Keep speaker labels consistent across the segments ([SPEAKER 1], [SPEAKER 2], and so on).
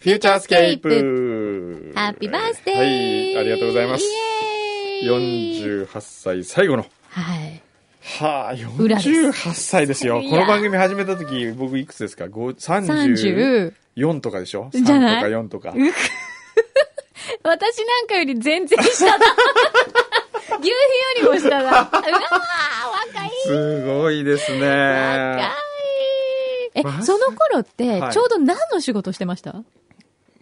[SPEAKER 1] ューチャースケープ
[SPEAKER 2] ハッピーバースデー
[SPEAKER 1] はい、ありがとうございます。
[SPEAKER 2] イエーイ
[SPEAKER 1] 48歳最後の。
[SPEAKER 2] はい。
[SPEAKER 1] はあ、
[SPEAKER 2] 裏です
[SPEAKER 1] 48歳ですよ。
[SPEAKER 2] いや
[SPEAKER 1] この番組始めた時、僕いくつですかご ?34
[SPEAKER 2] 30。
[SPEAKER 1] とかでしょ
[SPEAKER 2] じゃない
[SPEAKER 1] ?3 とか4とか。
[SPEAKER 2] 私なんかより全然下だ。牛皮よりも下だ。うわー、若い
[SPEAKER 1] すごいですね
[SPEAKER 2] 若い。え
[SPEAKER 1] マ、ジ
[SPEAKER 2] その頃って
[SPEAKER 1] はい、
[SPEAKER 2] ちょうど何の仕事してました、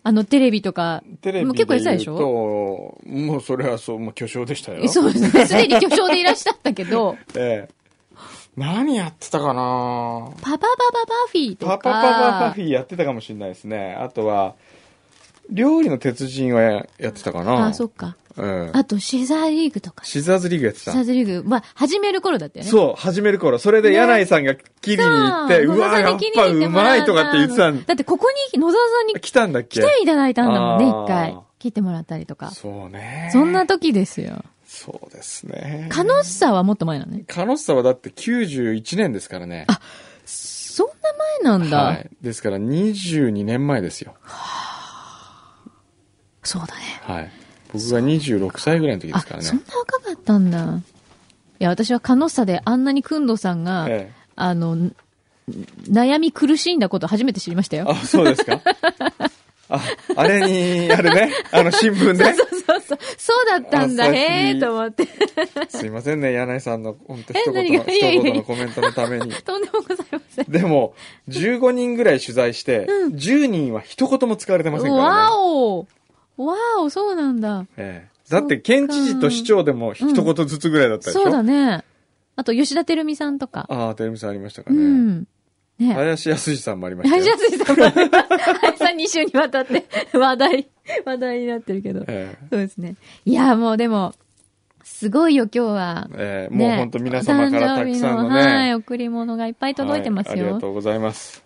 [SPEAKER 2] あの、テレビとか。
[SPEAKER 1] テレ
[SPEAKER 2] も
[SPEAKER 1] ビ
[SPEAKER 2] う
[SPEAKER 1] で
[SPEAKER 2] 結構やってた
[SPEAKER 1] 言う
[SPEAKER 2] でし
[SPEAKER 1] と、
[SPEAKER 2] ょ
[SPEAKER 1] もうそれはそう、もう巨匠でしたよ。
[SPEAKER 2] そうです ね。すでに巨匠でいらっしゃったけど、
[SPEAKER 1] ええ。何やってたかな
[SPEAKER 2] パパパパパフィーと
[SPEAKER 1] パ
[SPEAKER 2] か。
[SPEAKER 1] パパパパフィーやってたかもしれないですね。あとは、料理の鉄人はややってたかな。
[SPEAKER 2] あ、そっか。
[SPEAKER 1] うん。
[SPEAKER 2] あと、シザーリーグとか。シ
[SPEAKER 1] シザーズリーグやって
[SPEAKER 2] ザ
[SPEAKER 1] た。
[SPEAKER 2] ーリーグ。まあ、始める頃だったよね。
[SPEAKER 1] そう、始める頃。それで
[SPEAKER 2] ね
[SPEAKER 1] 柳井さんが切りに行って、う
[SPEAKER 2] そう野
[SPEAKER 1] わ、
[SPEAKER 2] 沢
[SPEAKER 1] や
[SPEAKER 2] さ
[SPEAKER 1] っぱ
[SPEAKER 2] んに気に入
[SPEAKER 1] う
[SPEAKER 2] てもら
[SPEAKER 1] まいとかって言ってたん、
[SPEAKER 2] だってここに野沢さんに
[SPEAKER 1] 来たんだっけ
[SPEAKER 2] 来ていただいたんだもんね、一
[SPEAKER 1] あー
[SPEAKER 2] 回。来てもらったりとか。
[SPEAKER 1] そうね。
[SPEAKER 2] そんな。時ですよ。
[SPEAKER 1] そうですね。
[SPEAKER 2] カノッサはもっと前なのね。
[SPEAKER 1] カノッサはだって91年ですからね。
[SPEAKER 2] そんな前なんだ。
[SPEAKER 1] はい。ですから22年前ですよ。
[SPEAKER 2] そうだね。
[SPEAKER 1] はい。僕が26歳ぐらいの時で
[SPEAKER 2] あ、
[SPEAKER 1] すからね
[SPEAKER 2] そん。な若かったんだ。いや、私はカノッサであんなにくんどさんが、
[SPEAKER 1] ええ
[SPEAKER 2] あの、ん悩み苦しんだこと初めて知りましたよ。
[SPEAKER 1] あ、そうですかあ、あれに、あれね、あの新聞ね。
[SPEAKER 2] そうそう。そうだったんだ、
[SPEAKER 1] 朝日
[SPEAKER 2] へえ、と思って。
[SPEAKER 1] すいませんね、柳井さんの、本当
[SPEAKER 2] え
[SPEAKER 1] 一言
[SPEAKER 2] 何
[SPEAKER 1] の、
[SPEAKER 2] がいやいやい
[SPEAKER 1] 一
[SPEAKER 2] や
[SPEAKER 1] 言のコメントのために。
[SPEAKER 2] とんでもございません。
[SPEAKER 1] でも、15人ぐらい取材して、10人は一言も使われてませんから
[SPEAKER 2] わ
[SPEAKER 1] ね。
[SPEAKER 2] おわお、そうなんだ。
[SPEAKER 1] ええだって、県知事と市長でも一言ずつぐらいだったでしょ、
[SPEAKER 2] そうだね。あと、吉田照美さんとか。
[SPEAKER 1] ああ、テレビさんありましたか
[SPEAKER 2] う
[SPEAKER 1] ね。
[SPEAKER 2] ん。ね
[SPEAKER 1] 林康さんもありました
[SPEAKER 2] 林
[SPEAKER 1] よ。
[SPEAKER 2] 安さん も、林さん2週にわたって 話題、話題になってるけど。
[SPEAKER 1] ええ
[SPEAKER 2] そうですね。いや、もうでも、すごいよ、今日は。
[SPEAKER 1] ええ
[SPEAKER 2] ね
[SPEAKER 1] もう本当皆様からたくさんのね。
[SPEAKER 2] お誕生日はい、贈り物がいっぱい届いてます
[SPEAKER 1] はいあり
[SPEAKER 2] よ
[SPEAKER 1] が。とうございます。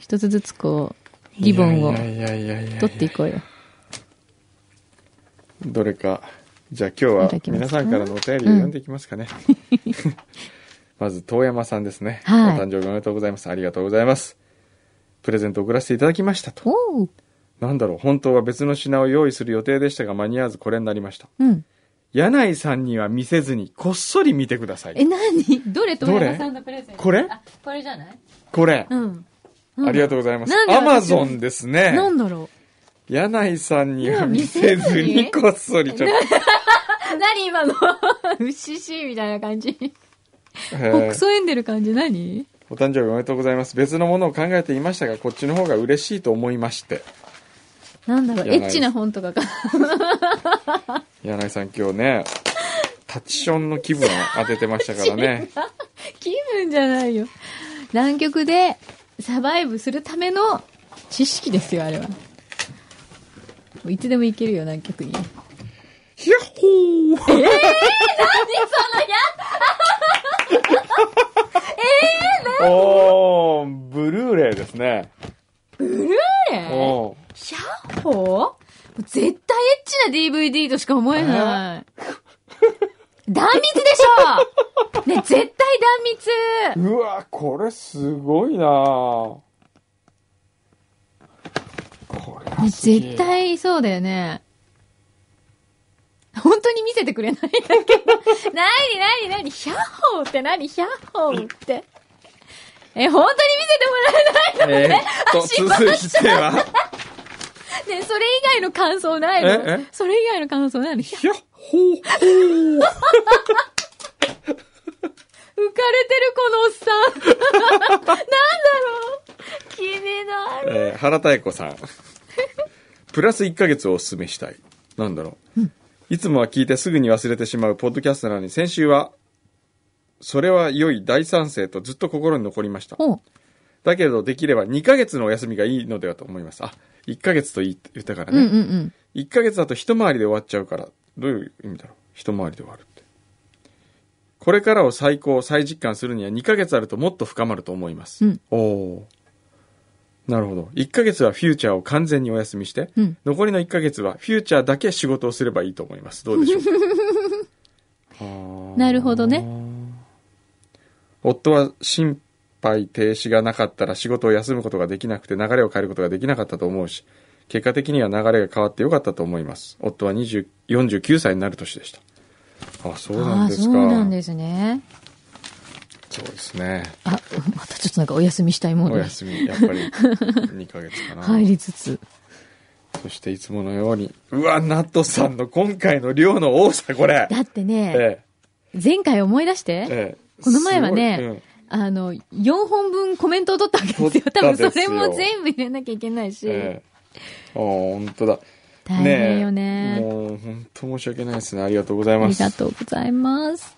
[SPEAKER 2] 一つずつこう、リボンを
[SPEAKER 1] いやいやいやいやいや
[SPEAKER 2] 取っていこうよ。
[SPEAKER 1] どれか。じゃあ今日はい
[SPEAKER 2] ただきます
[SPEAKER 1] 皆
[SPEAKER 2] か
[SPEAKER 1] さんからのお便りを読んでいきます かね。まず、遠山さんですね。
[SPEAKER 2] はい
[SPEAKER 1] お誕生日おめでとうございます。ありがとうございます。プレゼント送らせていただきましたと。
[SPEAKER 2] おう。
[SPEAKER 1] なんだろう、本当は別の品を用意する予定でしたが間に合わずこれになりました。
[SPEAKER 2] うん。
[SPEAKER 1] 柳井さんには見せずに、こっそり見てくださ
[SPEAKER 2] え、
[SPEAKER 1] い。
[SPEAKER 2] 何どれ、
[SPEAKER 1] どれ
[SPEAKER 2] 富山さんのプレゼント。
[SPEAKER 1] これ
[SPEAKER 2] あ、これじゃない
[SPEAKER 1] これ。
[SPEAKER 2] うん。
[SPEAKER 1] ありがとうございます
[SPEAKER 2] なん。で
[SPEAKER 1] アマ
[SPEAKER 2] 私
[SPEAKER 1] ゾンですね。
[SPEAKER 2] なんだろ
[SPEAKER 1] 柳井さんには見
[SPEAKER 2] 見
[SPEAKER 1] せ
[SPEAKER 2] せ
[SPEAKER 1] ず
[SPEAKER 2] ずに
[SPEAKER 1] に、こっそりちょ っ
[SPEAKER 2] う。何今の 牛しいみたいな感じ。
[SPEAKER 1] と。へ
[SPEAKER 2] もうク
[SPEAKER 1] ー
[SPEAKER 2] ソ読んでる感じ何
[SPEAKER 1] お誕生日おめでとうございます。別のものを考えていましたが、こっちの方が嬉しいと思いまして。
[SPEAKER 2] なんだろう、
[SPEAKER 1] いや
[SPEAKER 2] エッチな本とかか。
[SPEAKER 1] 柳井さん今日ね、タチションの気分を当ててましたからね。
[SPEAKER 2] 気分じゃないよ。南極でサバイブするための知識ですよ、あれは。もういつでも行けるよ、南極に。
[SPEAKER 1] ひゃっほー おー、ブルーレイですね。
[SPEAKER 2] あれ
[SPEAKER 1] おー
[SPEAKER 2] シャッホーもう絶対エッチな DVD としか思えない。断密でしょね、絶対断密
[SPEAKER 1] うわ、これすごいなこれは
[SPEAKER 2] ね
[SPEAKER 1] すげえ
[SPEAKER 2] 絶。対そうだよね。本当に見せてくれないんだけ ど。なになになにヒャッホーってなにヒャッホーって。え、本当に見せてもらえな
[SPEAKER 1] え
[SPEAKER 2] い
[SPEAKER 1] ーっと、続いて は、
[SPEAKER 2] のね、それ以外の感想ない
[SPEAKER 1] え
[SPEAKER 2] の
[SPEAKER 1] え
[SPEAKER 2] それ以外の感想ないのひゃ
[SPEAKER 1] ひゃっほーほー
[SPEAKER 2] 浮かれてるこのおっさ ん。なんだろう気になる。
[SPEAKER 1] えー原妙子さん。プラス1ヶ月をお勧めしたい。なんだろう。いつもは聞いてすぐに忘れてしまうポッドキャストなのに、先週は、それは良い大賛成とずっと心に残りました。
[SPEAKER 2] おう
[SPEAKER 1] だけれどできれば2ヶ月のお休みがいいのではと思います。あ、1ヶ月といいって言ったからね。
[SPEAKER 2] うんうんうん。
[SPEAKER 1] 1ヶ月だと一回りで終わっちゃうから、どういう意味だろう一回りで終わるって。これからを最高、再実感するには2ヶ月あるともっと深まると思います。
[SPEAKER 2] うん
[SPEAKER 1] おおー。なるほど。1ヶ月はフューチャーを完全にお休みして、
[SPEAKER 2] うん
[SPEAKER 1] 残りの1ヶ月はフューチャーだけ仕事をすればいいと思います。どうで しょうかあー
[SPEAKER 2] なるほどね。
[SPEAKER 1] 夫は心肺停止がなかったら仕事を休むことができなくて流れを変えることができなかったと思うし、結果的には流れが変わってよかったと思います。夫は20 49歳になる年でした。あ、そう
[SPEAKER 2] あ
[SPEAKER 1] なん
[SPEAKER 2] あ、
[SPEAKER 1] で
[SPEAKER 2] そ
[SPEAKER 1] す
[SPEAKER 2] う
[SPEAKER 1] か。
[SPEAKER 2] なんですね。
[SPEAKER 1] そうですね。
[SPEAKER 2] あ、またちょっとなんかお休みしたいも
[SPEAKER 1] お
[SPEAKER 2] のが
[SPEAKER 1] 休み、やっぱり2ヶ 月かな。
[SPEAKER 2] 入りつつ。
[SPEAKER 1] そしていつものように、うわ、ナットさんの今回の量の多さ、これ。
[SPEAKER 2] だってね、
[SPEAKER 1] え
[SPEAKER 2] 前回思い出して、
[SPEAKER 1] え、ええ。
[SPEAKER 2] この前は
[SPEAKER 1] すごい
[SPEAKER 2] ね、あの、4本分コメントを取ったわけですよ。多分
[SPEAKER 1] 取ったんで
[SPEAKER 2] そ
[SPEAKER 1] す
[SPEAKER 2] れ
[SPEAKER 1] よ
[SPEAKER 2] も全部入れなきゃいけないし。
[SPEAKER 1] うんええああ、本当だ。
[SPEAKER 2] 大変よね
[SPEAKER 1] えもう本当申し訳ないですね。ありがとうござい
[SPEAKER 2] あ
[SPEAKER 1] ま
[SPEAKER 2] り
[SPEAKER 1] す。
[SPEAKER 2] がとうございます。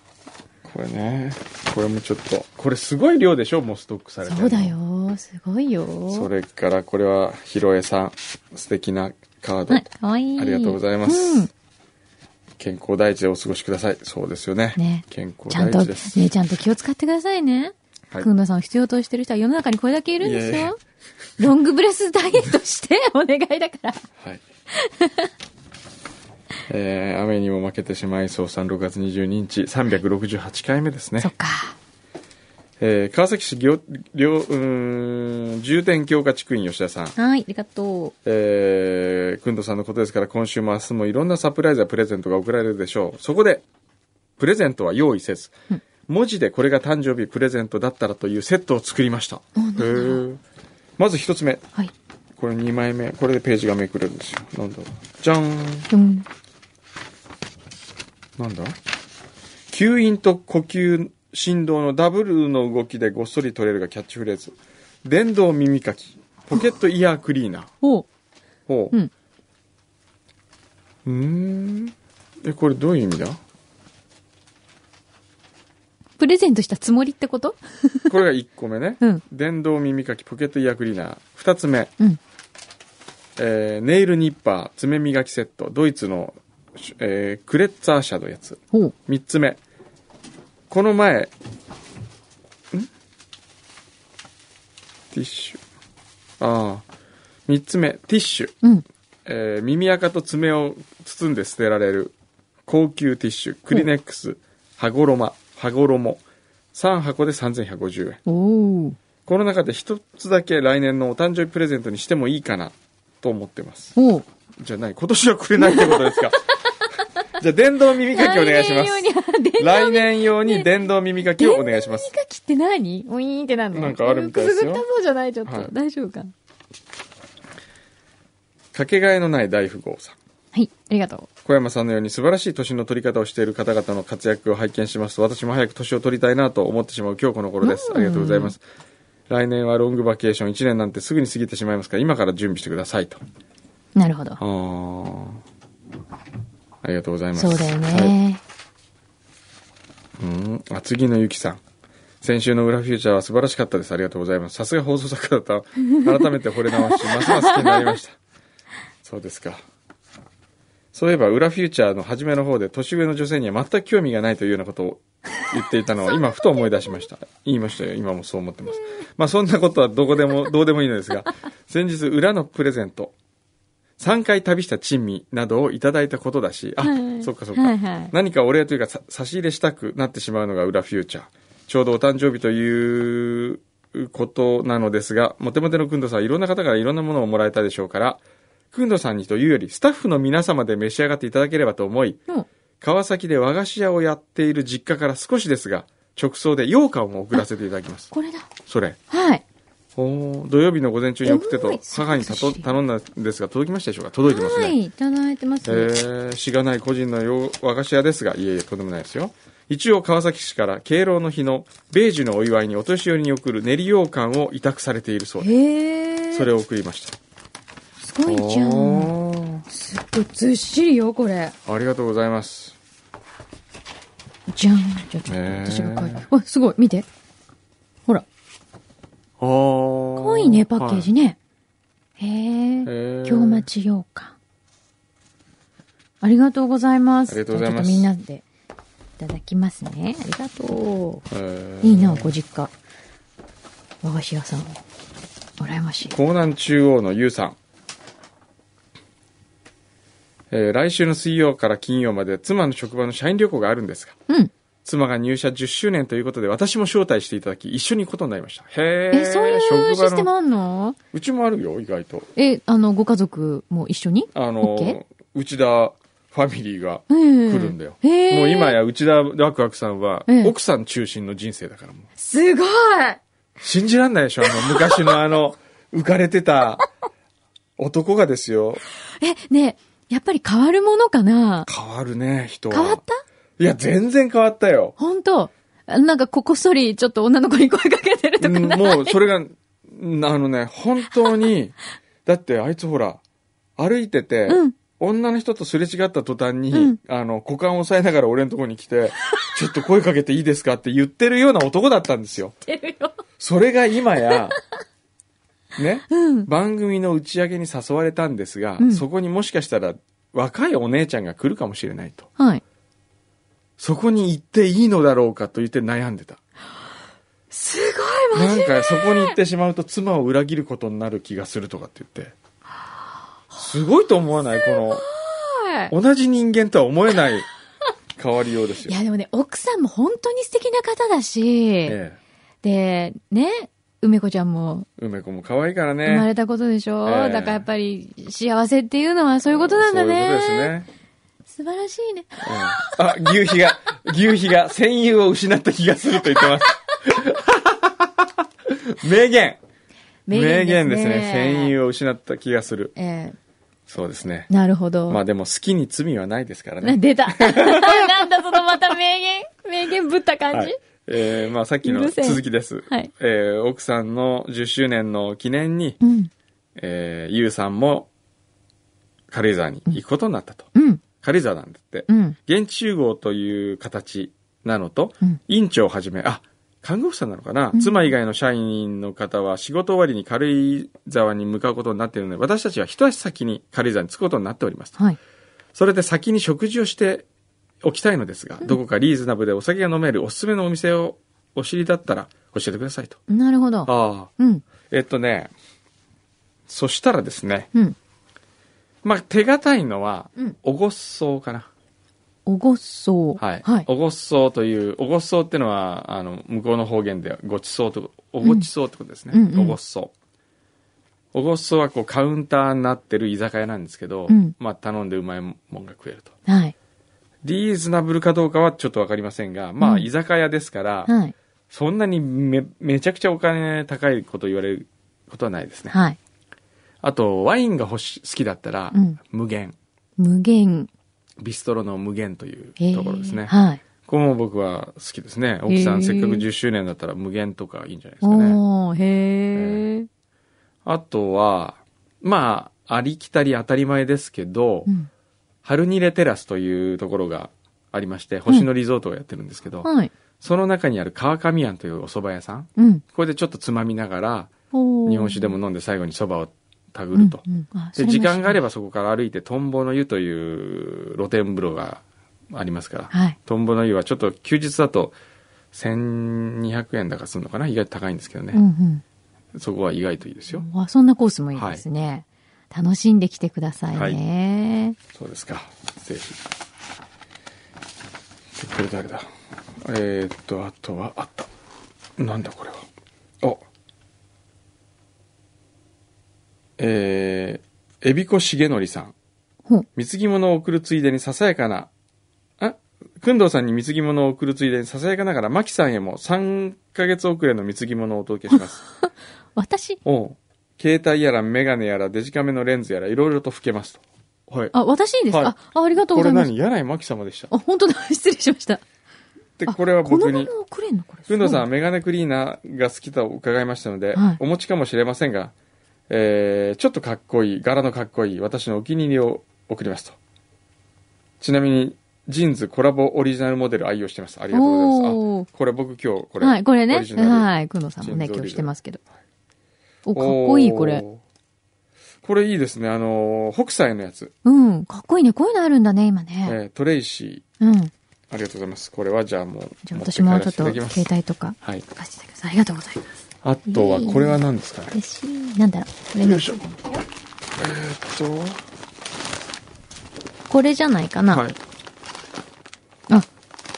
[SPEAKER 1] これね、これもちょっと、これすごい量でしょもうストックされてる
[SPEAKER 2] そうだ。よ。すごいよ。
[SPEAKER 1] それからこれはひろえさん、素敵なカード。
[SPEAKER 2] はい、かわいい。
[SPEAKER 1] ありがとうございます。
[SPEAKER 2] うん
[SPEAKER 1] 健康第一でお過ごしください。そうですよね。
[SPEAKER 2] ね
[SPEAKER 1] 健康
[SPEAKER 2] ちゃん
[SPEAKER 1] 第
[SPEAKER 2] と、
[SPEAKER 1] 一です。
[SPEAKER 2] ね、ちゃんと気を使ってくださいね。
[SPEAKER 1] はい
[SPEAKER 2] くんどさんを必要としてる人は世の中にこれだけいるんです
[SPEAKER 1] いえいえ
[SPEAKER 2] よ。ロングブレスダイエットして お願いだから。
[SPEAKER 1] はい。 えー、雨にも負けてしまいそうさん6月22日368回目ですね
[SPEAKER 2] そっか。
[SPEAKER 1] えー川崎市行両うーん重点強化地区員吉田さん、
[SPEAKER 2] はい、ありがと
[SPEAKER 1] えー、くんどさんのことですから今週も明日もいろんなサプライズやプレゼントが送られるでしょうそこでプレゼントは用意せず、文字でこれが誕生日プレゼントだったらというセットを作りましたへーまず一つ目
[SPEAKER 2] う。はい。
[SPEAKER 1] これ2枚目これでページがめくれるんですよなんだろうじゃん
[SPEAKER 2] うん。
[SPEAKER 1] なんだ吸引と呼吸振動のダブルの動きでごっそり取れるがキャッチフレーズ電動耳かきポケットイヤークリーナー
[SPEAKER 2] おう
[SPEAKER 1] ほ
[SPEAKER 2] うん
[SPEAKER 1] ううーんえこれどういう意味だ
[SPEAKER 2] プレゼントしたつもりってこと
[SPEAKER 1] これが1個目ね、
[SPEAKER 2] うん
[SPEAKER 1] 電動耳かきポケットイヤークリーナー2つ目、
[SPEAKER 2] うん
[SPEAKER 1] えーネイルニッパー爪磨きセットドイツの、えークレッツァー社のやつ
[SPEAKER 2] おう。
[SPEAKER 1] 3つ目この前んティッシュああ3つ目ティッシュ、
[SPEAKER 2] うん。
[SPEAKER 1] えー耳垢と爪を包んで捨てられる高級ティッシュクリネックス羽衣羽衣3箱で3150円
[SPEAKER 2] おう。
[SPEAKER 1] この中で1つだけ来年のお誕生日プレゼントにしてもいいかなと思ってます
[SPEAKER 2] おう。
[SPEAKER 1] じゃあ何今年はくれないってことですかじゃあ電動耳かきお願いします
[SPEAKER 2] 来年用
[SPEAKER 1] 来
[SPEAKER 2] にあ電動
[SPEAKER 1] 年用に電動耳かきをお願いします。
[SPEAKER 2] 耳かきって何ウィーンってなんの
[SPEAKER 1] なんかあるみたいですよ
[SPEAKER 2] くすぐったそうじゃないちょっと。
[SPEAKER 1] はい
[SPEAKER 2] 大丈夫かな
[SPEAKER 1] かけがえのない大富豪さん。
[SPEAKER 2] はい、ありがと
[SPEAKER 1] 小山さんのように素晴らしい年の取り方をしている方々の活躍を拝見しますと、私も早く年を取りたいなと思ってしまう今日この頃です。ありがとうございます。来年はロングバケーション1年なんてすぐに過ぎてしまいますから、今から準備してくださいと。
[SPEAKER 2] う。なるほど。
[SPEAKER 1] あーありがとうございます。
[SPEAKER 2] そうだよ
[SPEAKER 1] はい
[SPEAKER 2] ね。
[SPEAKER 1] うん、厚木のゆきさん。先週の裏フューチャーは素晴らしかったです。ありがとうございます。さすが放送作家だった。改めて惚れ直し、ますます気になりました。 そうですか。そういえば、裏フューチャーの初めの方で、年上の女性には全く興味がないというようなことを言っていたのを、今、ふと思い出しました。言いましたよ。今もそう思ってます。まあ、そんなことはどこでも、どうでもいいのですが、先日、裏のプレゼント、3回旅した珍味などをいただいたことだし、あ、
[SPEAKER 2] はい
[SPEAKER 1] そっかそっか、
[SPEAKER 2] はいはい
[SPEAKER 1] 何かお礼というかさ差し入れしたくなってしまうのが裏フューチャー。ちょうどお誕生日ということなのですが、モテモテのくんどさんはいろんな方からいろんなものをもらえたでしょうから、くんどさんにというよりスタッフの皆様で召し上がっていただければと思い、
[SPEAKER 2] うん
[SPEAKER 1] 川崎で和菓子屋をやっている実家から少しですが、直送で羊羹を送らせていただきます。
[SPEAKER 2] これだ。
[SPEAKER 1] それ。
[SPEAKER 2] はい。
[SPEAKER 1] おー土曜日の午前中に送って
[SPEAKER 2] 重い
[SPEAKER 1] と母にた
[SPEAKER 2] そう
[SPEAKER 1] と
[SPEAKER 2] ですよ
[SPEAKER 1] 頼んだんですが届きましたでしょうか届いてますね、
[SPEAKER 2] はい、いただいてます
[SPEAKER 1] え
[SPEAKER 2] ね。
[SPEAKER 1] ー、しがない個人の洋和菓子屋ですがいえいえとんでもないですよ一応川崎市から敬老の日の米寿のお祝いにお年寄りに送る練り羊羹を委託されているそうで
[SPEAKER 2] へえ。
[SPEAKER 1] それを送りました
[SPEAKER 2] すごいじゃん。
[SPEAKER 1] おー
[SPEAKER 2] すっごいずっしりよ、これ。
[SPEAKER 1] ありがとうございます
[SPEAKER 2] じゃん。じゃあちょっと私が書いて。わ、すごい、見て。ほら。
[SPEAKER 1] ああー
[SPEAKER 2] 可愛いね、パッケージね。へえ。
[SPEAKER 1] はいへー
[SPEAKER 2] 京町羊羹。ありがとうございます。
[SPEAKER 1] ありがとうございます
[SPEAKER 2] じゃあちょっとみんなでいただきますね。ありがとう。
[SPEAKER 1] へー
[SPEAKER 2] いいな、ご実家。和菓子屋さん。羨ましい。
[SPEAKER 1] 江南中央のゆうさん、えー来週の水曜から金曜まで妻の職場の社員旅行があるんですが
[SPEAKER 2] うん。
[SPEAKER 1] 妻が入社10周年ということで私も招待していただき一緒に行くことになりましたへえ
[SPEAKER 2] え、そういうシステムあんの
[SPEAKER 1] うちもあるよ意外と
[SPEAKER 2] え、あの、ご家族も一緒に
[SPEAKER 1] あ
[SPEAKER 2] オッケー
[SPEAKER 1] の内田ファミリーが来
[SPEAKER 2] うん。
[SPEAKER 1] るんだよ、
[SPEAKER 2] へえ。
[SPEAKER 1] もう今。や内田ワクワクさんは、
[SPEAKER 2] ええ
[SPEAKER 1] 奥さん中心の人生だからもう
[SPEAKER 2] すごい
[SPEAKER 1] 信じらんないでしょあの昔のあの浮かれてた男がですよ
[SPEAKER 2] え、ねえやっぱり変わるものかな
[SPEAKER 1] 変わるね人は
[SPEAKER 2] 変わった
[SPEAKER 1] いや、全然変わったよ。
[SPEAKER 2] 本当あなんかここっそりちょっと女の子に声かけてるとか
[SPEAKER 1] うん
[SPEAKER 2] な。
[SPEAKER 1] もう、それが、うんあのね、本当に、 だってあいつほら、歩いてて、
[SPEAKER 2] うん
[SPEAKER 1] 女の人とすれ違った途端に、
[SPEAKER 2] うん
[SPEAKER 1] あの、股間を押さえながら俺のとこに来て、 ちょっと声かけていいですかって言ってるような男だったんですよ。
[SPEAKER 2] てるよ。
[SPEAKER 1] それが今 や、ね、
[SPEAKER 2] うん。
[SPEAKER 1] 番組の打ち上げに誘われたんですが、
[SPEAKER 2] うん
[SPEAKER 1] そこにもしかしたら若いお姉ちゃんが来るかもしれないと。
[SPEAKER 2] はい。
[SPEAKER 1] そこに行っていいのだろうかと言って悩んでた。
[SPEAKER 2] すごい、マ
[SPEAKER 1] な
[SPEAKER 2] ジ
[SPEAKER 1] んかそこに行ってしまうと妻を裏切ることになる気がするとかって言って。すごいと思わないこの、同じ人間とは思えない変わりようです
[SPEAKER 2] い
[SPEAKER 1] よ。
[SPEAKER 2] や、でもね、奥さんも本当に素敵な方だし、
[SPEAKER 1] え
[SPEAKER 2] で、ね、梅子ちゃんも
[SPEAKER 1] え、梅子も可愛いから
[SPEAKER 2] 生ま
[SPEAKER 1] ね。
[SPEAKER 2] れたことでしょ、
[SPEAKER 1] ええ
[SPEAKER 2] だからやっぱり幸せっていうのはそういうことなんだね。
[SPEAKER 1] そういうことですね。
[SPEAKER 2] 素晴らしいね。
[SPEAKER 1] ええあ、牛皮が、牛皮が戦友を失った気がすると言ってま す。名言。名言ですね。戦友を失った気がする。
[SPEAKER 2] え
[SPEAKER 1] そうですね
[SPEAKER 2] え。なるほど。
[SPEAKER 1] まあでも好きに罪はないですからね
[SPEAKER 2] な。出た。 なんだそのまた名言。名言ぶった感じ、
[SPEAKER 1] はい、えーまあさっき
[SPEAKER 2] う
[SPEAKER 1] の
[SPEAKER 2] るせえ
[SPEAKER 1] 続きです。
[SPEAKER 2] はい
[SPEAKER 1] えー奥さんの10周年の記念に、
[SPEAKER 2] うん。
[SPEAKER 1] えーゆうさんも軽井沢に行くことになったと。
[SPEAKER 2] うん。
[SPEAKER 1] 軽井沢なんだって
[SPEAKER 2] う。ん。
[SPEAKER 1] 現地集合という形なのと、
[SPEAKER 2] うん
[SPEAKER 1] 院長をはじめ、あ、看護婦さんなのかな、
[SPEAKER 2] うん
[SPEAKER 1] 妻以外の社員の方は仕事終わりに軽井沢に向かうことになっているので、私たちは一足先に軽井沢に着くことになっておりますと。
[SPEAKER 2] はい。
[SPEAKER 1] それで先に食事をしておきたいのですが、どこかリーズナブルでお酒が飲めるおすすめのお店をお知りだったら教えてくださいと。
[SPEAKER 2] なるほど。
[SPEAKER 1] ああ。
[SPEAKER 2] うん。
[SPEAKER 1] えっとね、そしたらですね、
[SPEAKER 2] うん。
[SPEAKER 1] まあ手堅いのは
[SPEAKER 2] うん、
[SPEAKER 1] おごっそうかな。
[SPEAKER 2] おごっそう。
[SPEAKER 1] はい。
[SPEAKER 2] はい。
[SPEAKER 1] おごっそうという、おごっそうってのは、あの、向こうの方言でごちそうと、おごちそうってことですね。
[SPEAKER 2] うんうんうん
[SPEAKER 1] おごっそう。おごっそうはこうカウンターになってる居酒屋なんですけど、
[SPEAKER 2] うん
[SPEAKER 1] まあ頼んでうまいもんが食えると。
[SPEAKER 2] はい。
[SPEAKER 1] リーズナブルかどうかはちょっとわかりませんが、ま
[SPEAKER 2] う
[SPEAKER 1] あ
[SPEAKER 2] ん
[SPEAKER 1] 居酒屋ですから、
[SPEAKER 2] はい。
[SPEAKER 1] そんなにめめちゃくちゃお金高いこと言われることはないですね。
[SPEAKER 2] はい。
[SPEAKER 1] あと、ワインが欲し好きだったら、
[SPEAKER 2] うん
[SPEAKER 1] 無限。
[SPEAKER 2] 無限。
[SPEAKER 1] ビストロの無限という
[SPEAKER 2] ええ
[SPEAKER 1] ところですね。
[SPEAKER 2] はい。
[SPEAKER 1] これも僕は好きですね。奥さ
[SPEAKER 2] へえ
[SPEAKER 1] んせっかく10周年だったら無限とかいいんじゃないですかね。
[SPEAKER 2] おー、へー。
[SPEAKER 1] あとは、まあ、ありきたり当たり前ですけど、
[SPEAKER 2] うん。
[SPEAKER 1] 春ニレテラスというところがありまして、星野リゾートをやってるんですけど、
[SPEAKER 2] はい。
[SPEAKER 1] その中にある川上庵というお蕎麦屋さん。
[SPEAKER 2] うん。
[SPEAKER 1] これでちょっとつまみながら、
[SPEAKER 2] おー
[SPEAKER 1] 日本酒でも飲んで最後に蕎麦をたぐると。
[SPEAKER 2] うんうんあそ
[SPEAKER 1] で、
[SPEAKER 2] も
[SPEAKER 1] 時間があれ
[SPEAKER 2] ば。
[SPEAKER 1] ばそこから歩いて、トンボの湯という露天風呂がありますから、
[SPEAKER 2] はい。
[SPEAKER 1] トンボの湯はちょっと休日だと1200円だからするのかな意外と高いんですけど
[SPEAKER 2] うん
[SPEAKER 1] ね。
[SPEAKER 2] うん
[SPEAKER 1] そこは意外といいですよ。
[SPEAKER 2] あ。そんなコースもいいですね。楽しんできてくださいね。
[SPEAKER 1] そうですか。ぜひ。これ誰だえー、っと、あとは、あった。なんだこれは。あえー、えびこしげのりさん。
[SPEAKER 2] ほう。
[SPEAKER 1] 貢ぎ物を送るついでにささやかな、あ、くんどうさんに貢ぎ物を送るついでにささやかながら、まきさんへも3ヶ月遅れの貢ぎ物をお届けします。
[SPEAKER 2] 私、
[SPEAKER 1] おう携帯やらメガネやらデジカメのレンズやらいろいろと老けますと。はい。
[SPEAKER 2] あ、私です
[SPEAKER 1] はい
[SPEAKER 2] かあ、ありがとう
[SPEAKER 1] こ
[SPEAKER 2] ござ
[SPEAKER 1] れ
[SPEAKER 2] います
[SPEAKER 1] 何。柳井真紀様でした。
[SPEAKER 2] あ、本当だ。 失礼しました。
[SPEAKER 1] で、
[SPEAKER 2] あ
[SPEAKER 1] これは僕に
[SPEAKER 2] この。まま送れんのこれ。
[SPEAKER 1] くんどうさんはメガネクリーナーが好きと伺いましたので、
[SPEAKER 2] はい
[SPEAKER 1] お持ちかもしれませんが、えー、ちょっとかっこいい、柄のかっこいい、私のお気に入りを送りますと。ちなみに、ジーンズコラボオリジナルモデル愛用してます。ありがとうございます。
[SPEAKER 2] おー
[SPEAKER 1] あこれ僕今日、これ。
[SPEAKER 2] すごいはい、これ
[SPEAKER 1] オ
[SPEAKER 2] ね
[SPEAKER 1] リジ。ナル
[SPEAKER 2] はい。くんどうさんもね、
[SPEAKER 1] ジーンズオ
[SPEAKER 2] 今
[SPEAKER 1] リジ
[SPEAKER 2] 日し
[SPEAKER 1] ナ
[SPEAKER 2] て
[SPEAKER 1] ル
[SPEAKER 2] ますけど。お、かっこいい、これ。
[SPEAKER 1] おー。これいいですね。あのー、北斎のやつ。
[SPEAKER 2] うん、かっこいいね。こういうのあるんだね、今ね。
[SPEAKER 1] えートレイシ
[SPEAKER 2] うん。
[SPEAKER 1] ー。ありがとうございます。これはじゃあもう。
[SPEAKER 2] じゃあ私もちょ
[SPEAKER 1] 持
[SPEAKER 2] っと
[SPEAKER 1] て帰らせてい
[SPEAKER 2] 携
[SPEAKER 1] ただきます
[SPEAKER 2] 帯とか
[SPEAKER 1] はい。
[SPEAKER 2] 貸してください。ありがとうございます。
[SPEAKER 1] あとは、これは何ですかね。
[SPEAKER 2] 嬉しい。なんだろう。これ
[SPEAKER 1] よいしょ。えーっ
[SPEAKER 2] これじゃないか
[SPEAKER 1] と、
[SPEAKER 2] な。
[SPEAKER 1] はい。
[SPEAKER 2] あ、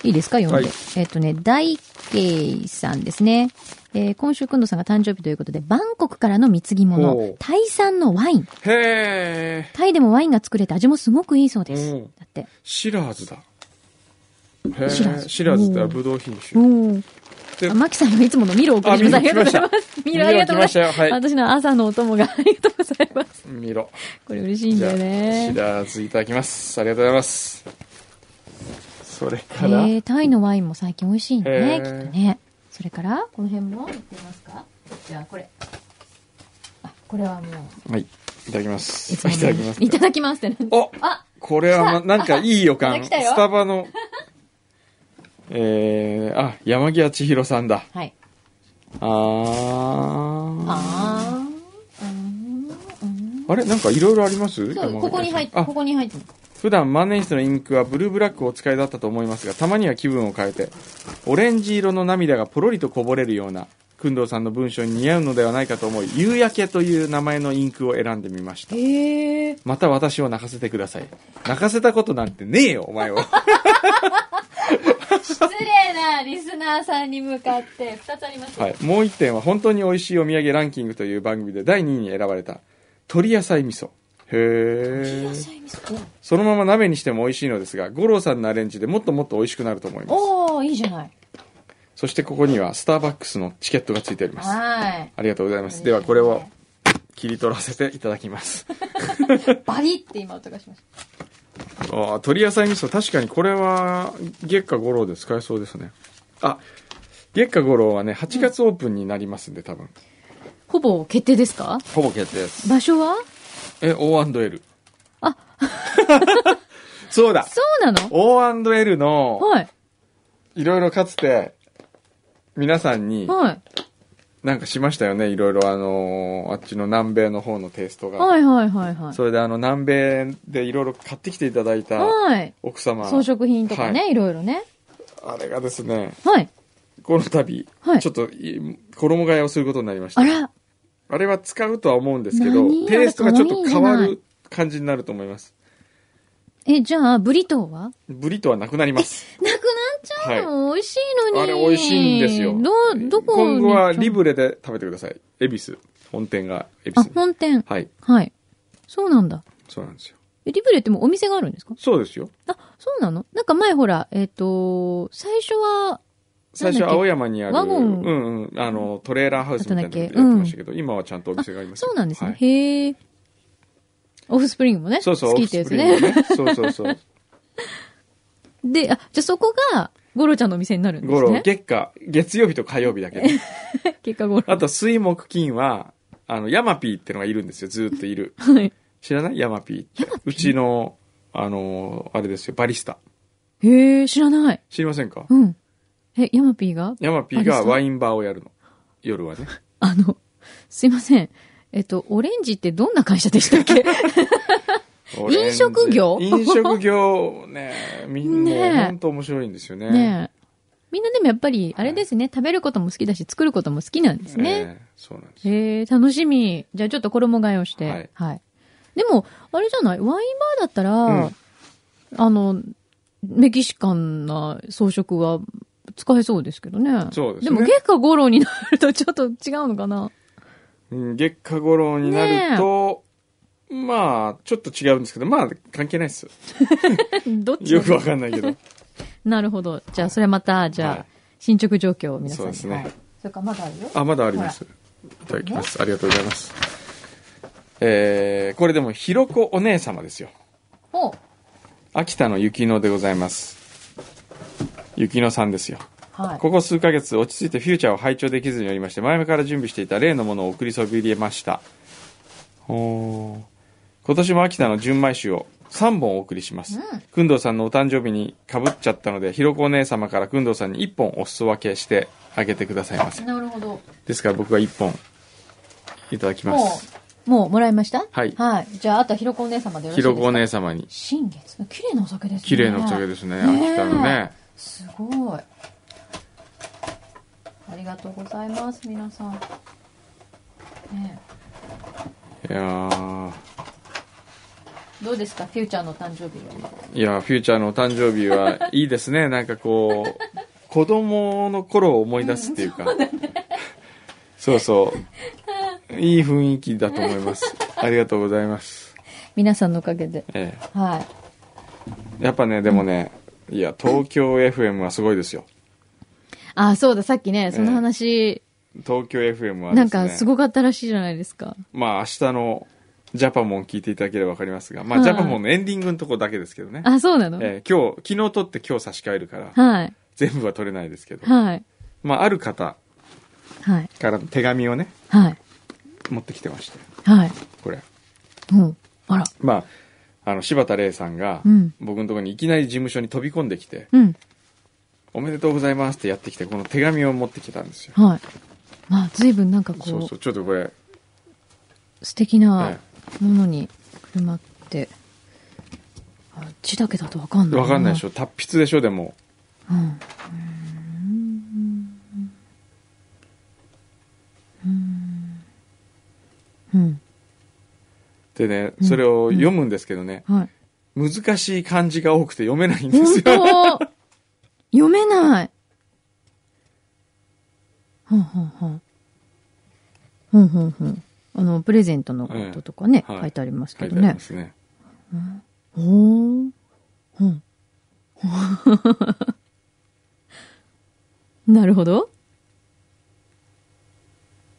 [SPEAKER 2] いいですか読んで。
[SPEAKER 1] はい
[SPEAKER 2] えっ、とね、大慶さんですね。えー今週、くんどさんが誕生日ということで、バンコクからの貢ぎ
[SPEAKER 1] お
[SPEAKER 2] 物
[SPEAKER 1] う、
[SPEAKER 2] タイ産のワイン。
[SPEAKER 1] へー。
[SPEAKER 2] タイでもワインが作れて味もすごくいいそうです。
[SPEAKER 1] うん
[SPEAKER 2] だって。
[SPEAKER 1] シラーズだ。へー
[SPEAKER 2] シラーズ
[SPEAKER 1] シラーズってブドウ品種。
[SPEAKER 2] うん。
[SPEAKER 1] で
[SPEAKER 2] あマキさんがいつものミロを送ります。
[SPEAKER 1] あ
[SPEAKER 2] あり
[SPEAKER 1] ミ
[SPEAKER 2] が
[SPEAKER 1] ロ来ま
[SPEAKER 2] とうご
[SPEAKER 1] し
[SPEAKER 2] ざ
[SPEAKER 1] た
[SPEAKER 2] います。 ミロありがとうございます。
[SPEAKER 1] ミロ来ました
[SPEAKER 2] 私の朝のお供がありがとうございます。
[SPEAKER 1] よはい。見ろ。
[SPEAKER 2] これ嬉しいん
[SPEAKER 1] じ
[SPEAKER 2] だ
[SPEAKER 1] ゃあ、
[SPEAKER 2] よね
[SPEAKER 1] シ。ラーズいただきます。ありがとうございます。それ
[SPEAKER 2] え
[SPEAKER 1] から、
[SPEAKER 2] ー、タイのワインも最近美味しいんだね、
[SPEAKER 1] へー
[SPEAKER 2] きっとね。それから、この辺もいってみますかじゃあ、これ。あ、これはもう、
[SPEAKER 1] はい。いただきます。
[SPEAKER 2] いつもの
[SPEAKER 1] いただきます。
[SPEAKER 2] いただきますってなんだ
[SPEAKER 1] お
[SPEAKER 2] あ
[SPEAKER 1] これは、ま、なんかいい予
[SPEAKER 2] また
[SPEAKER 1] 感。
[SPEAKER 2] 来たよ
[SPEAKER 1] スタバの、えー、あ、山際千尋さんだ。
[SPEAKER 2] はい。
[SPEAKER 1] あー。
[SPEAKER 2] あ
[SPEAKER 1] あれなんかいろいろあります
[SPEAKER 2] ー。そう、ここに入って、
[SPEAKER 1] あ
[SPEAKER 2] ここに入ってます。
[SPEAKER 1] 普段万年筆のインクはブルーブラックをお使いだったと思いますがたまには気分を変えてオレンジ色の涙がポロリとこぼれるような工藤さんの文章に似合うのではないかと思い「夕焼け」という名前のインクを選んでみました
[SPEAKER 2] へえ。
[SPEAKER 1] また私を泣かせてください泣かせたことなんてねえよお 前を
[SPEAKER 2] 失礼なリスナーさんに向かって、二つありますよ。
[SPEAKER 1] はいもう一点は本当に美味しいお土産ランキングという番組で第2位に選ばれた鶏野菜味噌へ
[SPEAKER 2] 野
[SPEAKER 1] え
[SPEAKER 2] 菜味噌
[SPEAKER 1] そのまま鍋にしても美味しいのですが五郎さんのアレンジでもっともっと美味しくなると思います
[SPEAKER 2] おー、いいじゃない。
[SPEAKER 1] そしてここにはスターバックスのチケットがついております。あ
[SPEAKER 2] は
[SPEAKER 1] りがとうございます。
[SPEAKER 2] い。
[SPEAKER 1] ではこれを切り取らせていただき ます。
[SPEAKER 2] バリって今音がしまし
[SPEAKER 1] あー鶏野菜味噌、確かにこれは月下五郎で使えそうですね。あ、月下五郎はね、8月オープンになりますんで、多分。
[SPEAKER 2] た。ほぼ決定ですか
[SPEAKER 1] ほぼ決定です。
[SPEAKER 2] 場所は
[SPEAKER 1] え、O&L。
[SPEAKER 2] あ、
[SPEAKER 1] そうだ
[SPEAKER 2] そうなの
[SPEAKER 1] !O&L の、
[SPEAKER 2] はい。
[SPEAKER 1] いろいろかつて、皆さんに、
[SPEAKER 2] はい。
[SPEAKER 1] なんかしましたよね、いろいろあのーあっちの南米の方のテイストが。
[SPEAKER 2] はいはいはいはい。
[SPEAKER 1] それであの、南米でいろいろ買ってきていただいた、
[SPEAKER 2] はい。
[SPEAKER 1] 奥様
[SPEAKER 2] 装飾品とかね、い、ろいろね。
[SPEAKER 1] あれがですね
[SPEAKER 2] はい。
[SPEAKER 1] この度、
[SPEAKER 2] はい
[SPEAKER 1] ちょっとい衣替えをすることになりました
[SPEAKER 2] あ
[SPEAKER 1] あ
[SPEAKER 2] ら、
[SPEAKER 1] れは使うとは思うんですけど
[SPEAKER 2] 何
[SPEAKER 1] テイストがちょっ
[SPEAKER 2] あ
[SPEAKER 1] と
[SPEAKER 2] れ
[SPEAKER 1] 変わ
[SPEAKER 2] 可愛いじゃ
[SPEAKER 1] る感じになると思います
[SPEAKER 2] え、じゃあ、ブリトーは
[SPEAKER 1] ブリトーはなくなります
[SPEAKER 2] なくなっちゃうの、美味しいのに。
[SPEAKER 1] あれ美味しいんですよ
[SPEAKER 2] ど、どこに
[SPEAKER 1] 今後はリブレで食べてください恵比寿本店が恵比
[SPEAKER 2] あ
[SPEAKER 1] 寿、に
[SPEAKER 2] 本店。
[SPEAKER 1] はい
[SPEAKER 2] はい。そうなんだ。
[SPEAKER 1] そうなんですよ
[SPEAKER 2] えリブレってもうお店があるんですか
[SPEAKER 1] そうですよ
[SPEAKER 2] あ、そうなのなんか前ほら、えっ、と、最初は、
[SPEAKER 1] 最初
[SPEAKER 2] なんだっけ
[SPEAKER 1] 青山にある
[SPEAKER 2] ワゴン
[SPEAKER 1] うんうん、あのトレーラーハウスみたいなのでやってましたけど、今はちゃんとお
[SPEAKER 2] あ
[SPEAKER 1] 店がありますよ
[SPEAKER 2] そうなんですね。
[SPEAKER 1] はい
[SPEAKER 2] へえ。オフスプリングもね。
[SPEAKER 1] そうそう
[SPEAKER 2] 好きってやつ
[SPEAKER 1] オフスプ
[SPEAKER 2] ね。
[SPEAKER 1] リングねそうそう そう
[SPEAKER 2] で、あ、じゃあそこが、ゴロちゃんのお店になるんで
[SPEAKER 1] ゴ
[SPEAKER 2] す
[SPEAKER 1] ロ、
[SPEAKER 2] ね。
[SPEAKER 1] 月下、月曜日と火曜日だけで。
[SPEAKER 2] 結果ゴロ。
[SPEAKER 1] あと、水木金は、あの、ヤマピーってのがいるんですよ。ずーっといる。
[SPEAKER 2] はい。
[SPEAKER 1] 知らないヤマピーって。うちの、あのーあれですよ、バリスタ。
[SPEAKER 2] へえ、知らない。
[SPEAKER 1] 知りませんか
[SPEAKER 2] うん。え、ヤマピーが
[SPEAKER 1] ヤマピーがワインバーをやるの。夜はね。
[SPEAKER 2] あの、すいません。えっと、オレンジってどんな会社でしたっけ
[SPEAKER 1] オレンジ
[SPEAKER 2] 飲食業
[SPEAKER 1] 飲食業ね、みん
[SPEAKER 2] ねえ
[SPEAKER 1] な、ほんと面白いんですよね。
[SPEAKER 2] ねえ。みんなでもやっぱり、あれですね、食べることも好きだし、作ることも好きなんですね。
[SPEAKER 1] ええそうなんですよ。
[SPEAKER 2] へえ、楽しみ。じゃあちょっと衣替えをして。は
[SPEAKER 1] はいい。
[SPEAKER 2] でも、あれじゃないワインバーだったら、
[SPEAKER 1] うん
[SPEAKER 2] あの、メキシカンな装飾は使えそうですけどね。
[SPEAKER 1] そうですね
[SPEAKER 2] でも、月下五郎になるとちょっと違うのかな
[SPEAKER 1] うん月下五郎になると、まあ、ちょっと違うんですけど、まあ、関係ないです。
[SPEAKER 2] どっ ち
[SPEAKER 1] よくわかんないけど。
[SPEAKER 2] なるほど。じゃあ、それまた、じゃあ、
[SPEAKER 1] はい
[SPEAKER 2] 進捗状況を皆さんに。
[SPEAKER 1] そうですね
[SPEAKER 2] はいそれからまだあるよ。
[SPEAKER 1] あ、まだあります。いただきます。ありがとうございます。えー、これでも、ひろこお姉様ですよ。
[SPEAKER 2] お
[SPEAKER 1] 秋田の雪乃でございます。雪乃さんですよ。
[SPEAKER 2] はい。
[SPEAKER 1] ここ数ヶ月落ち着いてフューチャーを拝聴できずにおりまして、前々から準備していた例のものを送りそびれました。ほー今年も秋田の純米酒を3本お送りします。くんどうさんのお誕生日にかぶっちゃったので、ひろこお姉様からくんどうさんに1本お裾分けしてあげてくださいませ。
[SPEAKER 2] なるほど。
[SPEAKER 1] ですから僕は1本いただきま
[SPEAKER 2] も
[SPEAKER 1] す。
[SPEAKER 2] う、もうもらいました
[SPEAKER 1] はい
[SPEAKER 2] じゃあ、あとはひろこお姉様でよろしい
[SPEAKER 1] ひ
[SPEAKER 2] ですか
[SPEAKER 1] ろこお姉様に。
[SPEAKER 2] 新月。綺麗なお酒ですね。
[SPEAKER 1] 綺麗なお酒ですね。
[SPEAKER 2] ねえ
[SPEAKER 1] 秋田のね。
[SPEAKER 2] すごい。ありがとうございます、皆さん。ね
[SPEAKER 1] いやー
[SPEAKER 2] えどうですか、フューチャーのお誕生日は。
[SPEAKER 1] いやーフューチャーのお誕生日はいいですね。 なんかこう、子供の頃を思い出すっていうか。そうそう。いい雰囲気だと思います。ありがとうございます。
[SPEAKER 2] 皆さんのおかげで。
[SPEAKER 1] え
[SPEAKER 2] はい。
[SPEAKER 1] えやっぱね、でもね、いや、東京 FM はすごいですよ。
[SPEAKER 2] あ、そうだ、さっきね、その話、
[SPEAKER 1] 東京 FM はですね。
[SPEAKER 2] なんかすごかったらしいじゃないですか。
[SPEAKER 1] まあ明日のジャパモン聞いていただければわかりますが、まあ
[SPEAKER 2] はい
[SPEAKER 1] ジャパモンのエンディングのとこだけですけどね。
[SPEAKER 2] あ、そうなの、
[SPEAKER 1] えー今日、昨日撮って今日差し替えるから、
[SPEAKER 2] はい。
[SPEAKER 1] 全部は撮れないですけど、
[SPEAKER 2] はい。
[SPEAKER 1] まあある方
[SPEAKER 2] はい。
[SPEAKER 1] からの手紙をね、
[SPEAKER 2] はい。
[SPEAKER 1] 持ってきてまして、
[SPEAKER 2] はい。
[SPEAKER 1] これ。
[SPEAKER 2] うん。あら。
[SPEAKER 1] まあ、あの、柴田玲さんが
[SPEAKER 2] うん、
[SPEAKER 1] 僕のところにいきなり事務所に飛び込んできて、
[SPEAKER 2] うん。
[SPEAKER 1] おめでとうございますってやってきて、この手紙を持ってきたんですよ。
[SPEAKER 2] はい。まあ、随分なんかこう、
[SPEAKER 1] そうそう、ちょっとこれ、
[SPEAKER 2] 素敵な
[SPEAKER 1] え
[SPEAKER 2] ものに車って、あ字だけだとわかんない。
[SPEAKER 1] わかんないでしょ。達筆でしょ、でも。
[SPEAKER 2] うん。うん。うん。
[SPEAKER 1] でね、
[SPEAKER 2] ん
[SPEAKER 1] それを読むんですけどね、
[SPEAKER 2] うんはい。
[SPEAKER 1] 難しい漢字が多くて読めないんです
[SPEAKER 2] 本
[SPEAKER 1] よ。
[SPEAKER 2] 当読めない。ほんほんほん。ほんほんほん。あの、プレゼントのこととかね、
[SPEAKER 1] ええはい
[SPEAKER 2] 書いてあります
[SPEAKER 1] 書
[SPEAKER 2] け
[SPEAKER 1] い
[SPEAKER 2] ど
[SPEAKER 1] てあり
[SPEAKER 2] ね
[SPEAKER 1] ま。すね。
[SPEAKER 2] ほー。ほん。 なるほど。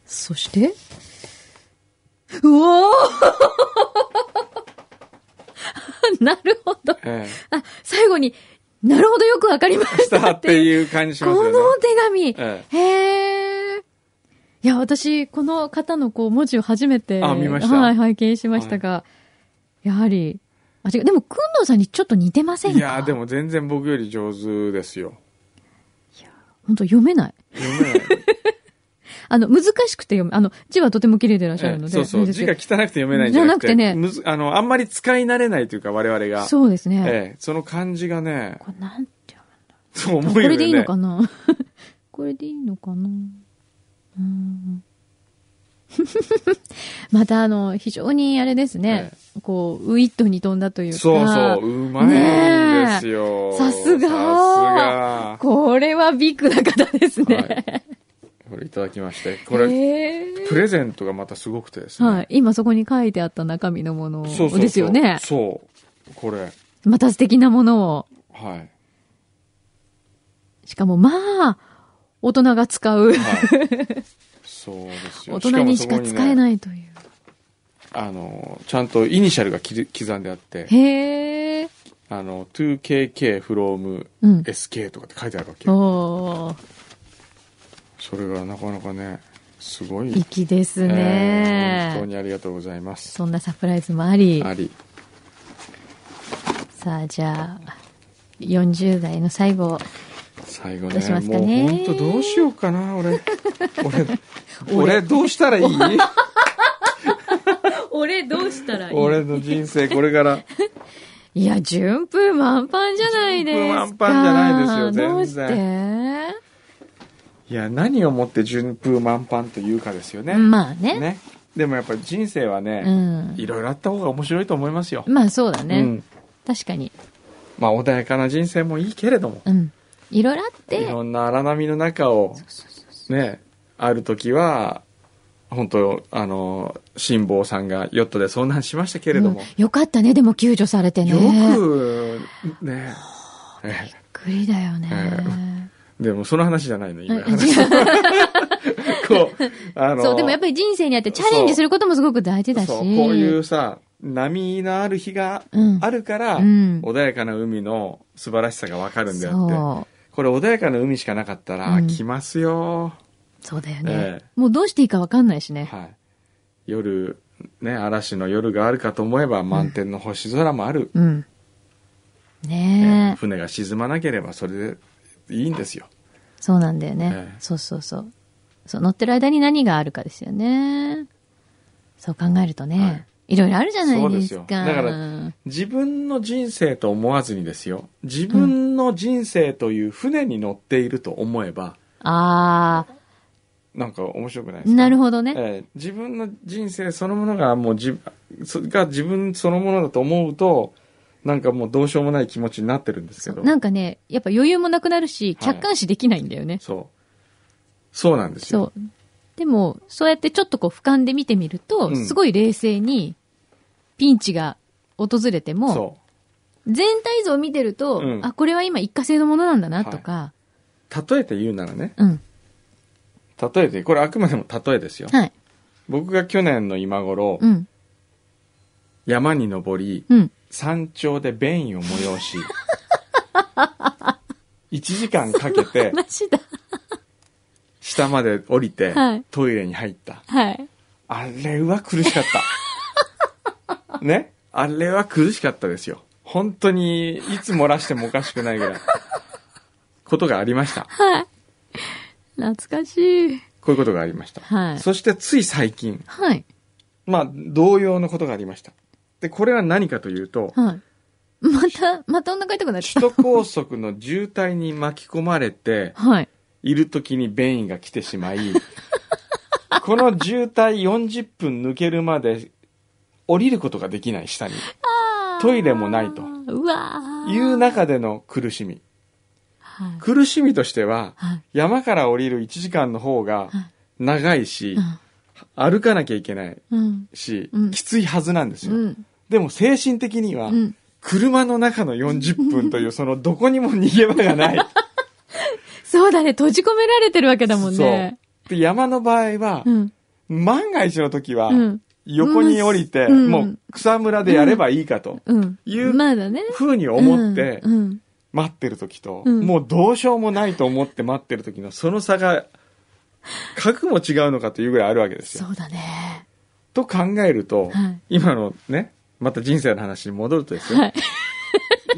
[SPEAKER 2] そしてうおー なるほど。
[SPEAKER 1] え
[SPEAKER 2] あ、最後に、なるほどよくわかりま
[SPEAKER 1] え、
[SPEAKER 2] し
[SPEAKER 1] したた
[SPEAKER 2] っ
[SPEAKER 1] ってて
[SPEAKER 2] いう。
[SPEAKER 1] いう感じし
[SPEAKER 2] こ
[SPEAKER 1] ます
[SPEAKER 2] の
[SPEAKER 1] よ
[SPEAKER 2] お
[SPEAKER 1] ね。
[SPEAKER 2] 手紙。
[SPEAKER 1] え
[SPEAKER 2] へえ。いや、私、この方のこう文字を初めて、
[SPEAKER 1] あ見ました
[SPEAKER 2] はい、拝見しましたが、やはり、あ、違う、でも、くんどうさんにちょっと似てませ
[SPEAKER 1] え
[SPEAKER 2] んか
[SPEAKER 1] いやーで。も全然僕より上手ですよ。
[SPEAKER 2] 本当読めない。
[SPEAKER 1] 読めない
[SPEAKER 2] あの、難しくて読め、あの、字はとても綺麗でいらっしゃ
[SPEAKER 1] え
[SPEAKER 2] るの
[SPEAKER 1] え
[SPEAKER 2] で。
[SPEAKER 1] そうそ
[SPEAKER 2] あれ
[SPEAKER 1] う。
[SPEAKER 2] です
[SPEAKER 1] 字
[SPEAKER 2] け
[SPEAKER 1] が
[SPEAKER 2] ど
[SPEAKER 1] 汚くて読めないんじゃなくて、
[SPEAKER 2] じゃなくてね
[SPEAKER 1] むずあの、あんまり使い慣れないというか我々が。
[SPEAKER 2] そうですね。
[SPEAKER 1] ええ、その漢字がね、
[SPEAKER 2] これなんて
[SPEAKER 1] そ
[SPEAKER 2] 読む
[SPEAKER 1] う思
[SPEAKER 2] あ
[SPEAKER 1] う
[SPEAKER 2] こ
[SPEAKER 1] よね。
[SPEAKER 2] れでいいのかな これでいいのかなうん またあの非常にあれですね、こうウィットに飛んだというか
[SPEAKER 1] そうそう、うまいんですよ。
[SPEAKER 2] さすが
[SPEAKER 1] さ
[SPEAKER 2] これはビッグな方です
[SPEAKER 1] すが。
[SPEAKER 2] ね、
[SPEAKER 1] はい。これいただきまして、これ、
[SPEAKER 2] へー
[SPEAKER 1] プレゼントがまたすごくてですね。
[SPEAKER 2] はい、今そこに書いてあった中身のもの
[SPEAKER 1] そうそうそう
[SPEAKER 2] ですよね
[SPEAKER 1] そう。これ。
[SPEAKER 2] また素敵なものを
[SPEAKER 1] はい。
[SPEAKER 2] しかもまあ大人が使
[SPEAKER 1] は
[SPEAKER 2] う
[SPEAKER 1] い、そうですよ。
[SPEAKER 2] 大人にしか使え
[SPEAKER 1] い。
[SPEAKER 2] ないという、
[SPEAKER 1] あの、ちゃんとイニシャルがきり刻んであって、
[SPEAKER 2] へえ
[SPEAKER 1] あの、2KK from
[SPEAKER 2] うん
[SPEAKER 1] SK とかって書いてあるわけ。
[SPEAKER 2] おー
[SPEAKER 1] それがなかなかね、すごい。
[SPEAKER 2] 粋です
[SPEAKER 1] えー本当
[SPEAKER 2] ね。
[SPEAKER 1] にありがとうございます。
[SPEAKER 2] そんなサプライズもあり、
[SPEAKER 1] あり。
[SPEAKER 2] さあじゃあ、40代の最後、
[SPEAKER 1] 最後
[SPEAKER 2] どうしま
[SPEAKER 1] ね、
[SPEAKER 2] すか
[SPEAKER 1] もう
[SPEAKER 2] ね
[SPEAKER 1] 本当どうしようかな、俺。 俺、俺どうしたらいい
[SPEAKER 2] 俺どうしたらいい
[SPEAKER 1] 俺の人生これから。
[SPEAKER 2] いや、順風満帆じゃないですか。
[SPEAKER 1] 順風満帆じゃないですよ全
[SPEAKER 2] 然。どうし
[SPEAKER 1] いや、何をもって順風満帆というかですよ
[SPEAKER 2] て
[SPEAKER 1] ね。
[SPEAKER 2] まあね
[SPEAKER 1] ね。でもやっぱり人生は
[SPEAKER 2] う
[SPEAKER 1] ね、
[SPEAKER 2] ん。
[SPEAKER 1] いろいろあった方が面白いと思いますよ。
[SPEAKER 2] まあそうだね。
[SPEAKER 1] うん。
[SPEAKER 2] 確かに。
[SPEAKER 1] まあ穏やかな人生もいいけれども、
[SPEAKER 2] うん。いろいろあっ
[SPEAKER 1] い
[SPEAKER 2] て、
[SPEAKER 1] ろんな荒波の中を、ね、ある時は、本当あの、辛坊さんがヨットで遭難しましたけれども、
[SPEAKER 2] うんよかったね、でも救助されてね。
[SPEAKER 1] よく、ね、え
[SPEAKER 2] びっくりだよね。
[SPEAKER 1] えでもその話じゃないの、 今
[SPEAKER 2] うん
[SPEAKER 1] 話。こう、あの、
[SPEAKER 2] そう、でもやっぱり人生にあってチャレンジすることもすごく大事だし。
[SPEAKER 1] そう、こういうさ、波のある日が
[SPEAKER 2] うん
[SPEAKER 1] あるから、
[SPEAKER 2] うん
[SPEAKER 1] 穏やかな海の素晴らしさがわかるんであって、
[SPEAKER 2] そう
[SPEAKER 1] これ穏やかな海しかなかったら、
[SPEAKER 2] うん
[SPEAKER 1] 来ますよ。
[SPEAKER 2] そうだよね
[SPEAKER 1] え。
[SPEAKER 2] もうどうしていいかわかんないしね。
[SPEAKER 1] はい。夜、ね、嵐の夜があるかと思えば満天の星空もある。
[SPEAKER 2] うん。
[SPEAKER 1] ええ
[SPEAKER 2] ねえ。
[SPEAKER 1] 船が沈まなければそれでいいんですよ。
[SPEAKER 2] そうなんだよね
[SPEAKER 1] ええ。
[SPEAKER 2] そうそうそう。そう、乗ってる間に何があるかですよね。そう考えるとね、い、ろいろあるじゃないですか。
[SPEAKER 1] そうですよだから自分の人生と思わずにですよ自分の人生という船に乗っていると思えば、
[SPEAKER 2] ああ、
[SPEAKER 1] なんか面白くないですか
[SPEAKER 2] なるほどね。
[SPEAKER 1] えー自分の人生そのものがもう自そが自分そのものだと思うとなんかもうどうしようもない気持ちになってるんですけど
[SPEAKER 2] なんかね、やっぱ余裕もなくなるし、
[SPEAKER 1] はい
[SPEAKER 2] 客観視できないんだよね。
[SPEAKER 1] そうそうなんですよ
[SPEAKER 2] そう。でも、そうやってちょっとこう俯瞰で見てみると、
[SPEAKER 1] うん
[SPEAKER 2] すごい冷静に、ピンチが訪れても、
[SPEAKER 1] そ
[SPEAKER 2] 全体像を見てると、
[SPEAKER 1] うん
[SPEAKER 2] あ、これは今一過性のものなんだなとか、
[SPEAKER 1] う例えて言うならね
[SPEAKER 2] うん。
[SPEAKER 1] 例えてこれあくまでも例えですよ、
[SPEAKER 2] はい。
[SPEAKER 1] 僕が去年の今頃、
[SPEAKER 2] うん。
[SPEAKER 1] 山に登り
[SPEAKER 2] うん。
[SPEAKER 1] 山頂で便意を催 し1時間かけて
[SPEAKER 2] 話だ。
[SPEAKER 1] 下まで降りて、
[SPEAKER 2] はい
[SPEAKER 1] トイレに入った
[SPEAKER 2] はい。
[SPEAKER 1] あれは苦しか った。ねあれは苦しかったですよ。本当に、いつ漏らしてもおかしくないぐらい、ことがありました。
[SPEAKER 2] 懐かしい。
[SPEAKER 1] こういうことがありました。
[SPEAKER 2] はい
[SPEAKER 1] そしてつい最近、
[SPEAKER 2] はい。
[SPEAKER 1] まあ、同様のことがありました。で、これは何かというと、
[SPEAKER 2] はい。また、またお腹痛くなっちゃ
[SPEAKER 1] 首都高速の渋滞に巻き込まれて
[SPEAKER 2] った。はい。
[SPEAKER 1] いる時に便意が来てし まい、この渋滞40分抜けるまで降りることができない下に。トイレもないと
[SPEAKER 2] うわー
[SPEAKER 1] いう中での苦しみ。
[SPEAKER 2] はい。
[SPEAKER 1] 苦しみとしては、
[SPEAKER 2] はい。
[SPEAKER 1] 山から降りる1時間の方が
[SPEAKER 2] は
[SPEAKER 1] 長いし、歩かなきゃいけない
[SPEAKER 2] うん。
[SPEAKER 1] し、
[SPEAKER 2] うん
[SPEAKER 1] きついはずなんです
[SPEAKER 2] う
[SPEAKER 1] よ。
[SPEAKER 2] ん。
[SPEAKER 1] でも精神的には、
[SPEAKER 2] うん。
[SPEAKER 1] 車の中の40分という、そのどこにも逃げ場がない。
[SPEAKER 2] そうだね、閉じ込められてるわけだもんね。
[SPEAKER 1] そう。で、山の場合は、
[SPEAKER 2] うん。
[SPEAKER 1] 万が一の時は
[SPEAKER 2] う、ん。
[SPEAKER 1] 横に降りて、
[SPEAKER 2] うん
[SPEAKER 1] もう草むらでやればいいかと、
[SPEAKER 2] うん。
[SPEAKER 1] いう
[SPEAKER 2] まだね。
[SPEAKER 1] ふうに思って
[SPEAKER 2] うん。うん
[SPEAKER 1] 待ってる時と、
[SPEAKER 2] うん
[SPEAKER 1] もうどうしようもないと思って待ってる時のその差が、格も違うのかというぐらいあるわけですよ
[SPEAKER 2] そ。うだね。
[SPEAKER 1] と考えると、
[SPEAKER 2] はい
[SPEAKER 1] 今のねまた人生の話に戻るとですよ、
[SPEAKER 2] はい。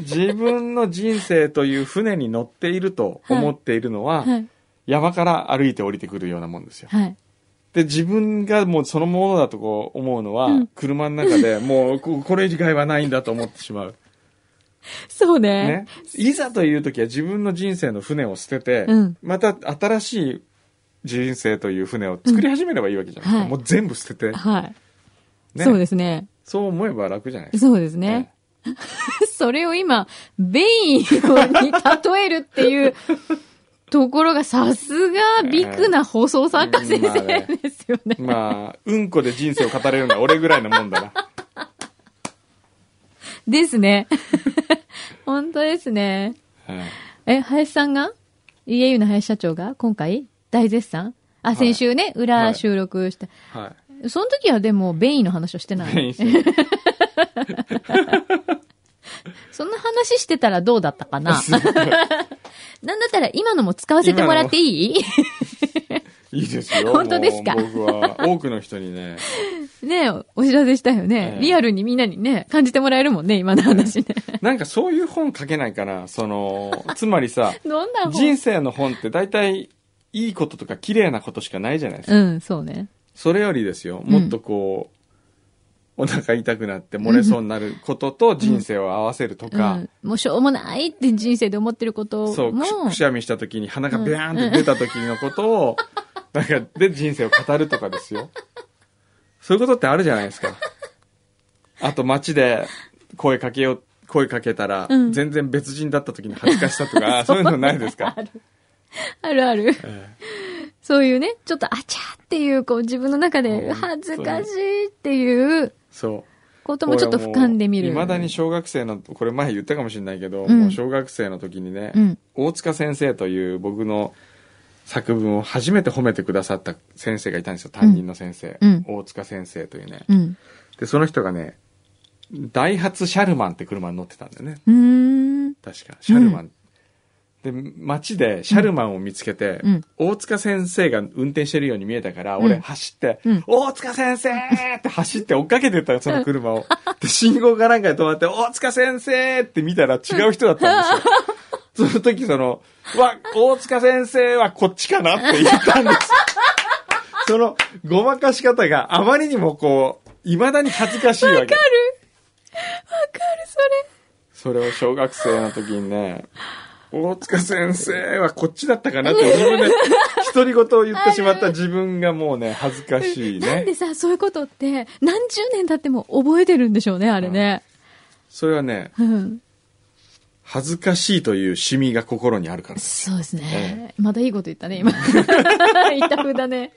[SPEAKER 1] 自分の人生という船に乗っていると思っているのは、
[SPEAKER 2] はい。
[SPEAKER 1] 山から歩いて降りてくるようなもんですよ
[SPEAKER 2] はい。
[SPEAKER 1] で自分がもうそのものだとこう思うのは、
[SPEAKER 2] うん
[SPEAKER 1] 車の中で もうここれ以外はないんだと思ってしまう、
[SPEAKER 2] そうね
[SPEAKER 1] ね。、いざという時は自分の人生の船を捨てて、
[SPEAKER 2] うん
[SPEAKER 1] また新しい人生という船を作り始めればいいわけじゃないですか、
[SPEAKER 2] うんはい
[SPEAKER 1] もう全部捨てて、
[SPEAKER 2] はい。
[SPEAKER 1] ね、
[SPEAKER 2] そうですね。
[SPEAKER 1] そう思えば楽じゃないですか
[SPEAKER 2] そうですね。それを今、ベインに例えるっていうところがさ すがビクな放送作家先生ですよね。
[SPEAKER 1] まあ、うんこで人生を語れるのは俺ぐらいのもんだな。
[SPEAKER 2] ですね。 本当ですね。え、林さんが ?EAU の林社長が今回大絶賛あ、
[SPEAKER 1] い
[SPEAKER 2] 先週ね、
[SPEAKER 1] は
[SPEAKER 2] 裏
[SPEAKER 1] い
[SPEAKER 2] 収録した。
[SPEAKER 1] は。
[SPEAKER 2] その時はでも、ベインの話はしてないい。そんな話してたらどうだった かな なんだったら今のも使わせてもらっていい
[SPEAKER 1] いいですよ。
[SPEAKER 2] 本当ですか
[SPEAKER 1] もう僕は多くの人にね、
[SPEAKER 2] ねえ、お知らせしたよね
[SPEAKER 1] え。え
[SPEAKER 2] リアルにみんなにね、感じてもらえるもんね、今の話ね。
[SPEAKER 1] なんかそういう本書けないかな。その、つまり さ、
[SPEAKER 2] どんな
[SPEAKER 1] 人
[SPEAKER 2] 本
[SPEAKER 1] 生の本って大体いいこととか綺麗なことしかないじゃないですか。
[SPEAKER 2] うん、そうね。
[SPEAKER 1] それよりですよ、もっとこう、お腹痛くなって漏れそうになることと人生を合わせると
[SPEAKER 2] う
[SPEAKER 1] か、
[SPEAKER 2] ん。もうしょうもないって人生で思ってることも。
[SPEAKER 1] そう、くしくしゃみした時に鼻がビャーンって出た時のことを、なんか、で人生を語るとかですよ。そういうことってあるじゃないですか。あと街で声かけよう、声かけたら、
[SPEAKER 2] うん
[SPEAKER 1] 全然別人だった時に恥ずかしさとか、そういうのないです か
[SPEAKER 2] あるあるある。
[SPEAKER 1] ええ
[SPEAKER 2] そういうね、ちょっとあちゃっていう、こう自分の中で
[SPEAKER 1] 本当
[SPEAKER 2] 恥
[SPEAKER 1] に
[SPEAKER 2] ずかしいっていう
[SPEAKER 1] そう。
[SPEAKER 2] こともちょっと俯瞰で見る。
[SPEAKER 1] いまだに小学生の、これ前言ったかもしれないけど、
[SPEAKER 2] うん
[SPEAKER 1] もう小学生の時にね、
[SPEAKER 2] うん
[SPEAKER 1] 大塚先生という僕の作文を初めて褒めてくださった先生がいたんですよ、担任の先生。
[SPEAKER 2] うん
[SPEAKER 1] 大塚先生というね。
[SPEAKER 2] うん。
[SPEAKER 1] で、その人がね、ダイハツシャルマンって車に乗ってたんだよね。
[SPEAKER 2] うーん。
[SPEAKER 1] 確か。シャルマン。で、街でシャルマンを見つけて、
[SPEAKER 2] うん
[SPEAKER 1] 大塚先生が運転してるように見えたから、
[SPEAKER 2] うん
[SPEAKER 1] 俺走って、
[SPEAKER 2] うん
[SPEAKER 1] 大塚先生って走って追っかけてったその車を。で、信号かなんかで止まって、大塚先生って見たら違う人だったんですよ。そ の時その、わ、大塚先生はこっちかなって言ったんです。そのごまかし方があまりにもこう、未だに恥ずかしいわけ。
[SPEAKER 2] それ。
[SPEAKER 1] それを小学生の時にね、大塚先生はこっちだったかなって自分で、独り言を言ってしまった自分がもうね、恥ずかしい
[SPEAKER 2] なんで
[SPEAKER 1] ね。
[SPEAKER 2] さ、そういうことって、何十年経っても覚えてるんでしょうね、あれね。
[SPEAKER 1] それはね、
[SPEAKER 2] うん。
[SPEAKER 1] 恥ずかしいというシミが心にあるからです。
[SPEAKER 2] そうですね。またいいこと言った ね、今。いたふだね。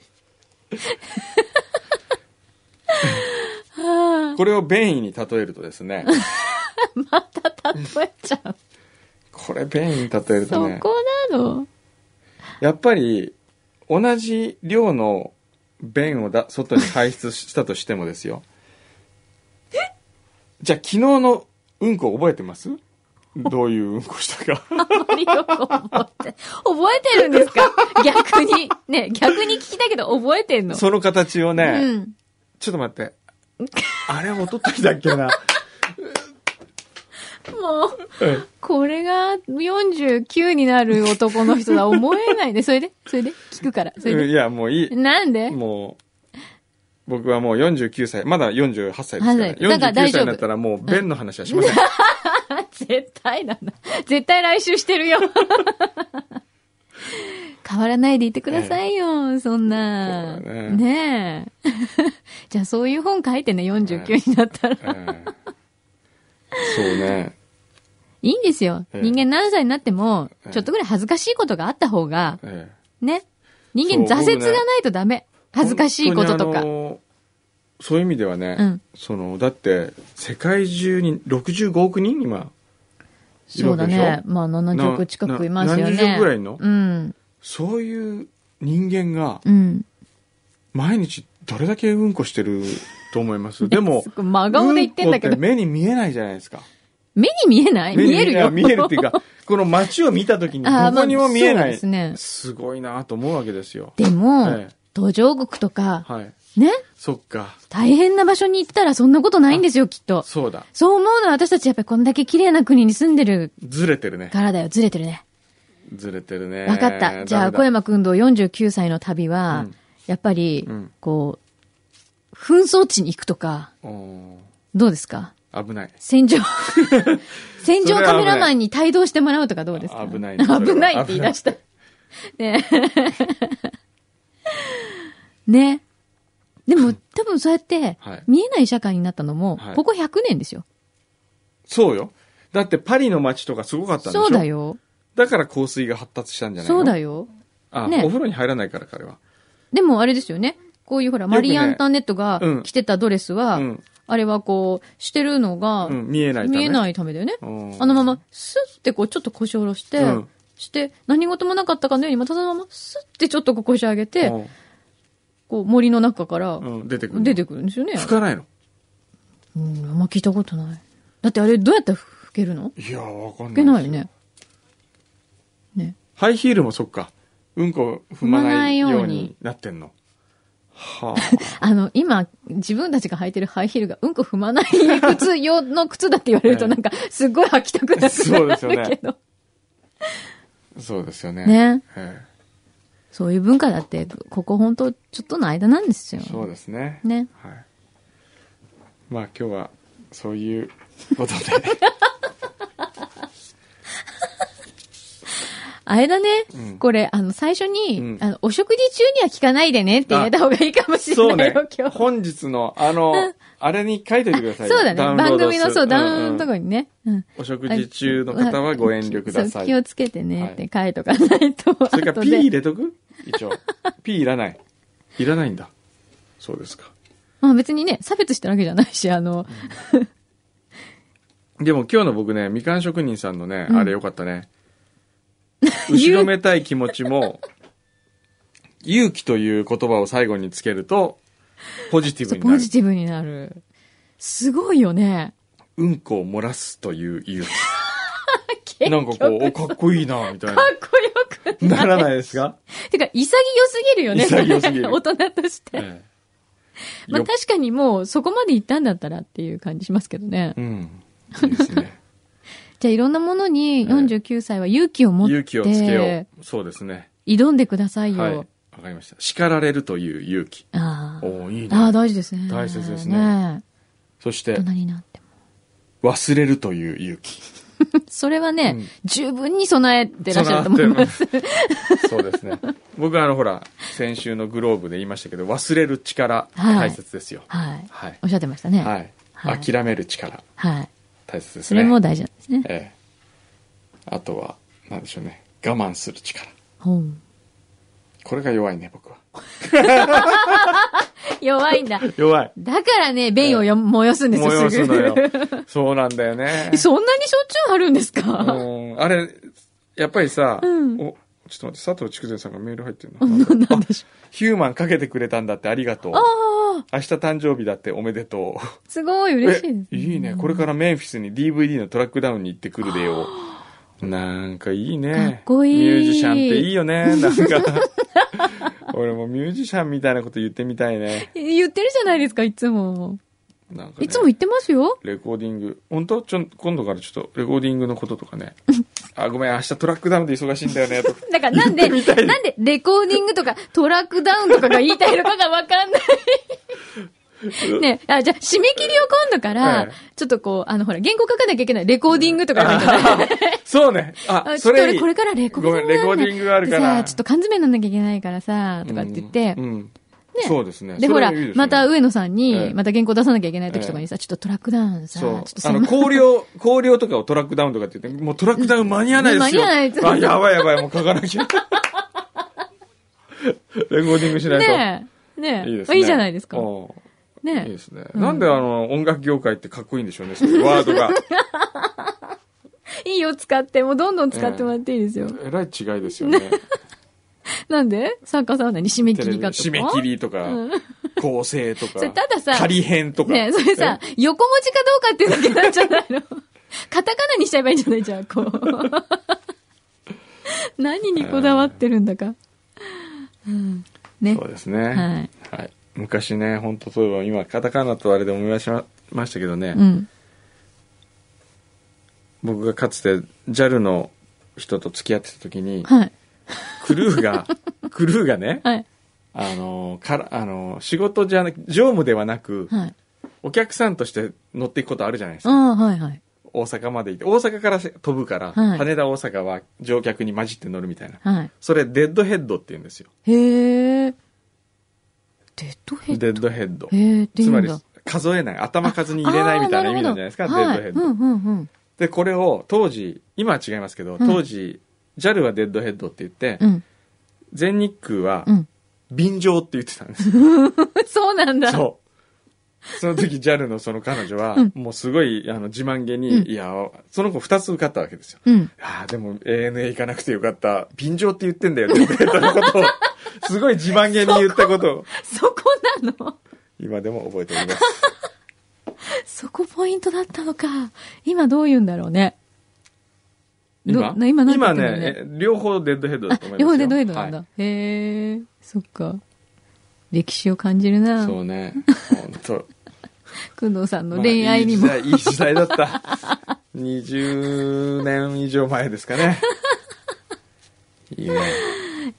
[SPEAKER 2] は
[SPEAKER 1] これを便意に例えるとですね、
[SPEAKER 2] あ、また例えちゃう。
[SPEAKER 1] これ便意に例える
[SPEAKER 2] そ
[SPEAKER 1] とね、
[SPEAKER 2] こなの。
[SPEAKER 1] やっぱり同じ量の便をだ外に排出したとしてもですよ。じゃあ昨日のうんこ覚えてますどういううんこした か。
[SPEAKER 2] あんまりよく覚えて、覚えてるんですか逆に。ね、逆に聞きたけど覚えてんの。
[SPEAKER 1] その形をね、
[SPEAKER 2] うん。
[SPEAKER 1] ちょっと待って。あれおとといだっけな。
[SPEAKER 2] もう、これが49になる男の人だ。思えないね。それでそれで聞くから。それ
[SPEAKER 1] うん
[SPEAKER 2] で
[SPEAKER 1] いや、もういい。
[SPEAKER 2] なんで
[SPEAKER 1] もう、僕はもう49歳、まだ48歳ですから、ね。
[SPEAKER 2] はいだから大
[SPEAKER 1] 49
[SPEAKER 2] 丈夫
[SPEAKER 1] 歳になったらもう便の話はしま せん。
[SPEAKER 2] 絶対なんだ。絶対来週して るよ。変わらないでいてくださいよ、そんな。
[SPEAKER 1] そうだね
[SPEAKER 2] ねえ。 じゃあそういう本書いてね、49になったら。
[SPEAKER 1] うんそうね。
[SPEAKER 2] いいんですよ。
[SPEAKER 1] ええ
[SPEAKER 2] 人間何歳になっても
[SPEAKER 1] え、え
[SPEAKER 2] ちょっとぐらい恥ずかしいことがあった方が、
[SPEAKER 1] ええ
[SPEAKER 2] ね。人間
[SPEAKER 1] そう
[SPEAKER 2] 挫折がないとダメ。恥ずかしいことと
[SPEAKER 1] 本当
[SPEAKER 2] か。
[SPEAKER 1] にあのそういう意味ではね、
[SPEAKER 2] うん
[SPEAKER 1] そのだって世界中に65億人今いる
[SPEAKER 2] そう
[SPEAKER 1] わけ
[SPEAKER 2] だ
[SPEAKER 1] でしょ
[SPEAKER 2] ね。まあ70億近くいますよね。
[SPEAKER 1] なな何十億ぐらいいんの
[SPEAKER 2] うん。
[SPEAKER 1] そういう人間が
[SPEAKER 2] うん。
[SPEAKER 1] 毎日どれだけうんこしてると思い ますでも
[SPEAKER 2] すごい真顔で言ってんだけど
[SPEAKER 1] うこって目に見えないじゃないですか
[SPEAKER 2] 目に見えない見えるよ。
[SPEAKER 1] 目に見えない見えるっていう かこの街を見た時にど
[SPEAKER 2] あーまあ
[SPEAKER 1] こにも見え
[SPEAKER 2] そう
[SPEAKER 1] ない、
[SPEAKER 2] ですね
[SPEAKER 1] ごいなと思うわけですよ
[SPEAKER 2] でも、
[SPEAKER 1] ええ
[SPEAKER 2] 途上国とか、
[SPEAKER 1] はい
[SPEAKER 2] ね、
[SPEAKER 1] そっか
[SPEAKER 2] 大変な場所に行ったらそんなことないんですよ、きっと。
[SPEAKER 1] そうだ
[SPEAKER 2] そう思うのは私たちやっぱりこんだけ綺麗な国に住んでる
[SPEAKER 1] ずれてるね
[SPEAKER 2] からだよ。ずれてるね。
[SPEAKER 1] ずれてるね
[SPEAKER 2] わかった。じゃ
[SPEAKER 1] ダ
[SPEAKER 2] あ、
[SPEAKER 1] メだ
[SPEAKER 2] 小山君の49歳の旅は、
[SPEAKER 1] うん
[SPEAKER 2] やっぱり、
[SPEAKER 1] うん
[SPEAKER 2] こう、紛争地に行くとか、
[SPEAKER 1] お
[SPEAKER 2] どうですか
[SPEAKER 1] ー危ない
[SPEAKER 2] 戦 場、戦場
[SPEAKER 1] それは危ない
[SPEAKER 2] カメラマンに帯同してもらうとかどうですか
[SPEAKER 1] 危ないねそれは
[SPEAKER 2] 危ないって言い出した。ねえ。ね えでも、 多分そうやって
[SPEAKER 1] はい、
[SPEAKER 2] 見えない社会になったのも
[SPEAKER 1] は、い
[SPEAKER 2] ここ100年ですよ。
[SPEAKER 1] そうよだってパリの街とかすごかったんでしょ
[SPEAKER 2] そうだよ。
[SPEAKER 1] だから香水が発達したんじゃないの
[SPEAKER 2] そうだ
[SPEAKER 1] よ
[SPEAKER 2] よ。
[SPEAKER 1] あ、
[SPEAKER 2] ね
[SPEAKER 1] お風呂に入らないから彼は
[SPEAKER 2] でもあれですよね。こういうほら、
[SPEAKER 1] くね
[SPEAKER 2] マリー・アンターネットが
[SPEAKER 1] うん
[SPEAKER 2] 着てたドレスは、
[SPEAKER 1] うん
[SPEAKER 2] あれはこう、してるのが、
[SPEAKER 1] うん見えないため
[SPEAKER 2] 見えないいためだよね。あ
[SPEAKER 1] あ
[SPEAKER 2] のまま、スッてこう、ちょっと腰下ろして、
[SPEAKER 1] うん
[SPEAKER 2] して、何事もなかったかのように、またそのまま、スッてちょっとこう腰上げて、
[SPEAKER 1] うん
[SPEAKER 2] こう、森の中から、
[SPEAKER 1] うん出てくる
[SPEAKER 2] 出てくるんですよね。
[SPEAKER 1] 拭かないの
[SPEAKER 2] うん、あんま聞いたことない。だってあれ、どうやって拭けるの
[SPEAKER 1] いやーわかんない
[SPEAKER 2] 拭けないよね。ね。
[SPEAKER 1] ハイヒールもそっかうんこ踏ま
[SPEAKER 2] 踏まな
[SPEAKER 1] ないい
[SPEAKER 2] ように
[SPEAKER 1] ようになってんのは
[SPEAKER 2] あの、今、自分たちが履いてるハイヒールがうんこ踏まない靴用の靴だって言われると、
[SPEAKER 1] ええ
[SPEAKER 2] なんか、すっごい履きたくな
[SPEAKER 1] そうですよ
[SPEAKER 2] く
[SPEAKER 1] ね
[SPEAKER 2] なるけど。
[SPEAKER 1] あそうですよね
[SPEAKER 2] ね
[SPEAKER 1] え
[SPEAKER 2] そういう文化だって、ここ本当ちょっとの間なんですよ
[SPEAKER 1] え。そうですね
[SPEAKER 2] ね。
[SPEAKER 1] はいまあ今日はそういう ことで
[SPEAKER 2] あれだね、
[SPEAKER 1] うん
[SPEAKER 2] これ、あの、最初に、
[SPEAKER 1] うん
[SPEAKER 2] あの、お食事中には聞かないでねって言えた方がいいかもし
[SPEAKER 1] そ
[SPEAKER 2] れ
[SPEAKER 1] う
[SPEAKER 2] な
[SPEAKER 1] ね
[SPEAKER 2] いよ、今 日。
[SPEAKER 1] 本日のあのあれに書いといてくださいよ
[SPEAKER 2] そうだね。
[SPEAKER 1] ダウンロード
[SPEAKER 2] 番組の、
[SPEAKER 1] す
[SPEAKER 2] そう、
[SPEAKER 1] る
[SPEAKER 2] ダウンの
[SPEAKER 1] うん
[SPEAKER 2] とこにね。うん。
[SPEAKER 1] お食事中の方はご遠慮くだ
[SPEAKER 2] そ
[SPEAKER 1] さ
[SPEAKER 2] う
[SPEAKER 1] い。
[SPEAKER 2] 気をつけてねって書いとかないと。
[SPEAKER 1] それから
[SPEAKER 2] 後
[SPEAKER 1] P
[SPEAKER 2] で
[SPEAKER 1] 入れとく 一応。P いらない。いらないんだ。そうですか。
[SPEAKER 2] まあ別にね、差別してるわけじゃないし、あの、
[SPEAKER 1] でも今日の僕ね、みかん職人さんのね、
[SPEAKER 2] うん
[SPEAKER 1] あれよかったね。後ろめたい気持ち も、勇気という言葉を最後につけると、ポジティブ
[SPEAKER 2] そう
[SPEAKER 1] にな
[SPEAKER 2] ポ
[SPEAKER 1] る。
[SPEAKER 2] ジティブになる。すごいよね。
[SPEAKER 1] うんこを漏らすという勇
[SPEAKER 2] 結
[SPEAKER 1] 気。
[SPEAKER 2] 局
[SPEAKER 1] なんかこう、お、かっこいいな、みたい
[SPEAKER 2] か
[SPEAKER 1] な。
[SPEAKER 2] っこよく
[SPEAKER 1] な
[SPEAKER 2] ない。
[SPEAKER 1] らないです か、
[SPEAKER 2] てか、潔すぎるよね、
[SPEAKER 1] 潔すぎる
[SPEAKER 2] 大人として。
[SPEAKER 1] ええ
[SPEAKER 2] まあ
[SPEAKER 1] よ
[SPEAKER 2] 確かにもうそこまで行ったんだったらっていう感じしますけどね。
[SPEAKER 1] うん。いいですね。
[SPEAKER 2] じゃあいろんなものに
[SPEAKER 1] ええ
[SPEAKER 2] 49歳は勇気を持って、
[SPEAKER 1] 勇気をつけよう。そうですね。
[SPEAKER 2] 挑んでくださいよ。
[SPEAKER 1] はい。わかりかりました。叱られるという勇気。
[SPEAKER 2] あー
[SPEAKER 1] おおいい
[SPEAKER 2] あー、
[SPEAKER 1] ね。
[SPEAKER 2] 大事ですね。
[SPEAKER 1] 大切ですねそして
[SPEAKER 2] 大人、になっても。
[SPEAKER 1] 忘れるという勇気。
[SPEAKER 2] それはね、
[SPEAKER 1] うん
[SPEAKER 2] 十分に備えてらっしゃると思います。
[SPEAKER 1] そうなってます。そうですね。僕はあの、ほら、先週のグローブで言いましたけど、忘れる力、
[SPEAKER 2] はい
[SPEAKER 1] 大切ですよ。
[SPEAKER 2] はい。
[SPEAKER 1] はい
[SPEAKER 2] おっしゃってましたね。
[SPEAKER 1] は
[SPEAKER 2] はい。
[SPEAKER 1] い。
[SPEAKER 2] はい
[SPEAKER 1] 諦める力、大切です
[SPEAKER 2] そ
[SPEAKER 1] ね。
[SPEAKER 2] れも大事なんですね。
[SPEAKER 1] ええ。あとは、なんでしょうね。我慢する力。
[SPEAKER 2] ほう
[SPEAKER 1] これが弱いね、僕は。
[SPEAKER 2] 弱いんだ。
[SPEAKER 1] 弱い。
[SPEAKER 2] だからね、便をよ、催すんですよ、
[SPEAKER 1] 催す
[SPEAKER 2] す
[SPEAKER 1] のよ
[SPEAKER 2] ぐ。。。
[SPEAKER 1] そうなんだよね
[SPEAKER 2] そんなにしょっちゅう貼るんですか
[SPEAKER 1] うんあれ、やっぱりさ、
[SPEAKER 2] うん
[SPEAKER 1] お、ちょっと待って、佐藤筑前さんがメール入ってるの。
[SPEAKER 2] なんでしょ
[SPEAKER 1] ヒューマンかけてくれたんだってありがとう
[SPEAKER 2] う。。ああ、
[SPEAKER 1] 明日誕生日だっておめでとう。
[SPEAKER 2] すごい嬉しいです、
[SPEAKER 1] えいいね。これからメンフィスに DVD のトラックダウンに行ってくるでよ。なんかいいね。
[SPEAKER 2] かっこいい
[SPEAKER 1] ミュージシャンっていいよね。なんか。俺もミュージシャンみたいなこと言ってみたいね。
[SPEAKER 2] 言ってるじゃないですか、いつも。
[SPEAKER 1] なんかね
[SPEAKER 2] いつも言ってますよ。
[SPEAKER 1] レコーディング。本当ちょ、今度からちょっとレコーディングのこととかね。あ、ごめん、明日トラックダウンで忙しいんだよね、とか。
[SPEAKER 2] だからなんで、
[SPEAKER 1] 言ってみたい
[SPEAKER 2] なんでレコーディングとかトラックダウンとかが言いたいのかがわか んない。ねあ、じゃあ締め切りを今度から
[SPEAKER 1] ええ、
[SPEAKER 2] ちょっとこう、あのほら、原稿書かなきゃいけない。レコーディングとかなんかね
[SPEAKER 1] そうね。 あ、
[SPEAKER 2] あ、ちょ
[SPEAKER 1] そ
[SPEAKER 2] っと
[SPEAKER 1] れい
[SPEAKER 2] 俺
[SPEAKER 1] い
[SPEAKER 2] こ。れからレコーディング
[SPEAKER 1] ごめんレコーディングがあるから
[SPEAKER 2] でさちょっと缶詰なんなきゃいけないからさ、とかって言って
[SPEAKER 1] う、ん。うんそうですね。
[SPEAKER 2] で、
[SPEAKER 1] そ
[SPEAKER 2] ほ
[SPEAKER 1] れは
[SPEAKER 2] ら
[SPEAKER 1] いいですね
[SPEAKER 2] また上野さん
[SPEAKER 1] え
[SPEAKER 2] に
[SPEAKER 1] え、
[SPEAKER 2] また原稿出さなきゃいけない時とかにさ、ちょっとトラックダウンさ、ち
[SPEAKER 1] そ
[SPEAKER 2] ょ
[SPEAKER 1] う
[SPEAKER 2] っと。
[SPEAKER 1] あ
[SPEAKER 2] そ
[SPEAKER 1] の、
[SPEAKER 2] の、
[SPEAKER 1] 氷を、 氷をとかをトラックダウンとかって言って、もうトラックダウン間に合わないですよ。
[SPEAKER 2] 間に合わないです
[SPEAKER 1] あ、やばいやばい、もう書かなきゃ。レコーディングしないと。
[SPEAKER 2] ねえ、ねえ、
[SPEAKER 1] いいです
[SPEAKER 2] まあ
[SPEAKER 1] ね。
[SPEAKER 2] いいじゃないですか。
[SPEAKER 1] うんいい
[SPEAKER 2] ね
[SPEAKER 1] ですね。なんであの、音楽業界ってかっこいいんでしょうね、そういうワードが。
[SPEAKER 2] え、いいよ、使って、もうどんどん使ってもらっていいですよ。
[SPEAKER 1] えらい違いですよね。
[SPEAKER 2] なんで参加さんは何締め切
[SPEAKER 1] テレビ
[SPEAKER 2] り
[SPEAKER 1] の
[SPEAKER 2] がとか
[SPEAKER 1] 締め切りとか、構成とか、
[SPEAKER 2] それたださ
[SPEAKER 1] 仮編とか。
[SPEAKER 2] ねえ、それさ、横文字かどうかっていうだけなんじゃないの カタカナにしちゃえばいいんじゃないじゃん、こ う。何にこだわってるんだか。うん。ね
[SPEAKER 1] そう。ですね。
[SPEAKER 2] はい
[SPEAKER 1] はい昔ね、本当そういえば今、カタカナとあれで思い出しましたけどね、
[SPEAKER 2] うん。
[SPEAKER 1] 僕がかつて JAL の人と付き合ってた時に、
[SPEAKER 2] はい。
[SPEAKER 1] クルー が、クルーがね、
[SPEAKER 2] はい。
[SPEAKER 1] あの、から、あの、仕事じゃなく、乗務ではなく、
[SPEAKER 2] はい。
[SPEAKER 1] お客さんとして乗っていくことあるじゃないです
[SPEAKER 2] あ
[SPEAKER 1] か。
[SPEAKER 2] あ、はいはい。
[SPEAKER 1] 大阪まで行って、大阪から飛ぶから、
[SPEAKER 2] はい
[SPEAKER 1] 羽田大阪は乗客に混じって乗るみたいな。
[SPEAKER 2] はい。
[SPEAKER 1] それ、デッドヘッドって言うんですよ。
[SPEAKER 2] へえ。デッドヘッ
[SPEAKER 1] デッドヘッド。
[SPEAKER 2] ド。へえ、ってい
[SPEAKER 1] つ
[SPEAKER 2] い
[SPEAKER 1] ま
[SPEAKER 2] ん
[SPEAKER 1] り
[SPEAKER 2] だ。
[SPEAKER 1] 数えない頭数に入れないみたいな意味なんじゃないですか
[SPEAKER 2] あ
[SPEAKER 1] デ
[SPEAKER 2] ーるほど
[SPEAKER 1] ッドヘッド、
[SPEAKER 2] はいうんうんうん。
[SPEAKER 1] でこれを当時今は違いますけど
[SPEAKER 2] うん
[SPEAKER 1] 当時、JAL はデッドヘッドって言って、
[SPEAKER 2] うん。
[SPEAKER 1] 全日空は
[SPEAKER 2] うん。
[SPEAKER 1] 便乗って言ってたんですよ、
[SPEAKER 2] そうなんだ。
[SPEAKER 1] そうその時 JAL のその彼女は、
[SPEAKER 2] うん
[SPEAKER 1] もうすごいあの自慢げに、
[SPEAKER 2] うん
[SPEAKER 1] いやその子2つ受かったわけですよ
[SPEAKER 2] うん。
[SPEAKER 1] ああでも ANA 行かなくてよかった便乗って言ってんだよデッドヘッドのことをすごい自慢げに言ったことを
[SPEAKER 2] そこなの
[SPEAKER 1] 今でも覚えております
[SPEAKER 2] そこポイントだったのか。今どう言うんだろうね。 ど
[SPEAKER 1] 今
[SPEAKER 2] な今なんて言
[SPEAKER 1] 今
[SPEAKER 2] ってんだろう
[SPEAKER 1] ね、え両方デッドヘッドだ
[SPEAKER 2] あ
[SPEAKER 1] と思います、よ
[SPEAKER 2] 両方デッドヘッドなん
[SPEAKER 1] は
[SPEAKER 2] だ
[SPEAKER 1] い。
[SPEAKER 2] へえ、そっか。歴史を感じるな。
[SPEAKER 1] そうね 本当
[SPEAKER 2] 工藤さんの恋愛にも。
[SPEAKER 1] まあいい時代いい時代だった 20年以上前ですかねいいね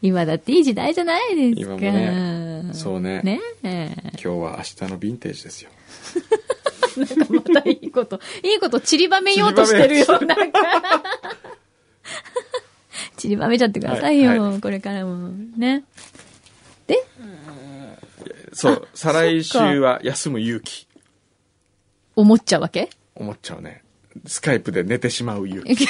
[SPEAKER 2] 今だっていい時代じゃないです
[SPEAKER 1] 今
[SPEAKER 2] か。
[SPEAKER 1] もねそうね
[SPEAKER 2] ねえ。
[SPEAKER 1] 今日は明日のヴィンテージですよ
[SPEAKER 2] またいいこと、 いいこと散りばめようとしてるよ、 なんか。散りばめちゃってくださいよ、
[SPEAKER 1] はいは
[SPEAKER 2] これからも。ね。
[SPEAKER 1] そう再来週は休む勇気
[SPEAKER 2] 思っちゃうわけ
[SPEAKER 1] 思っちゃうねスカイプで寝てしまう勇気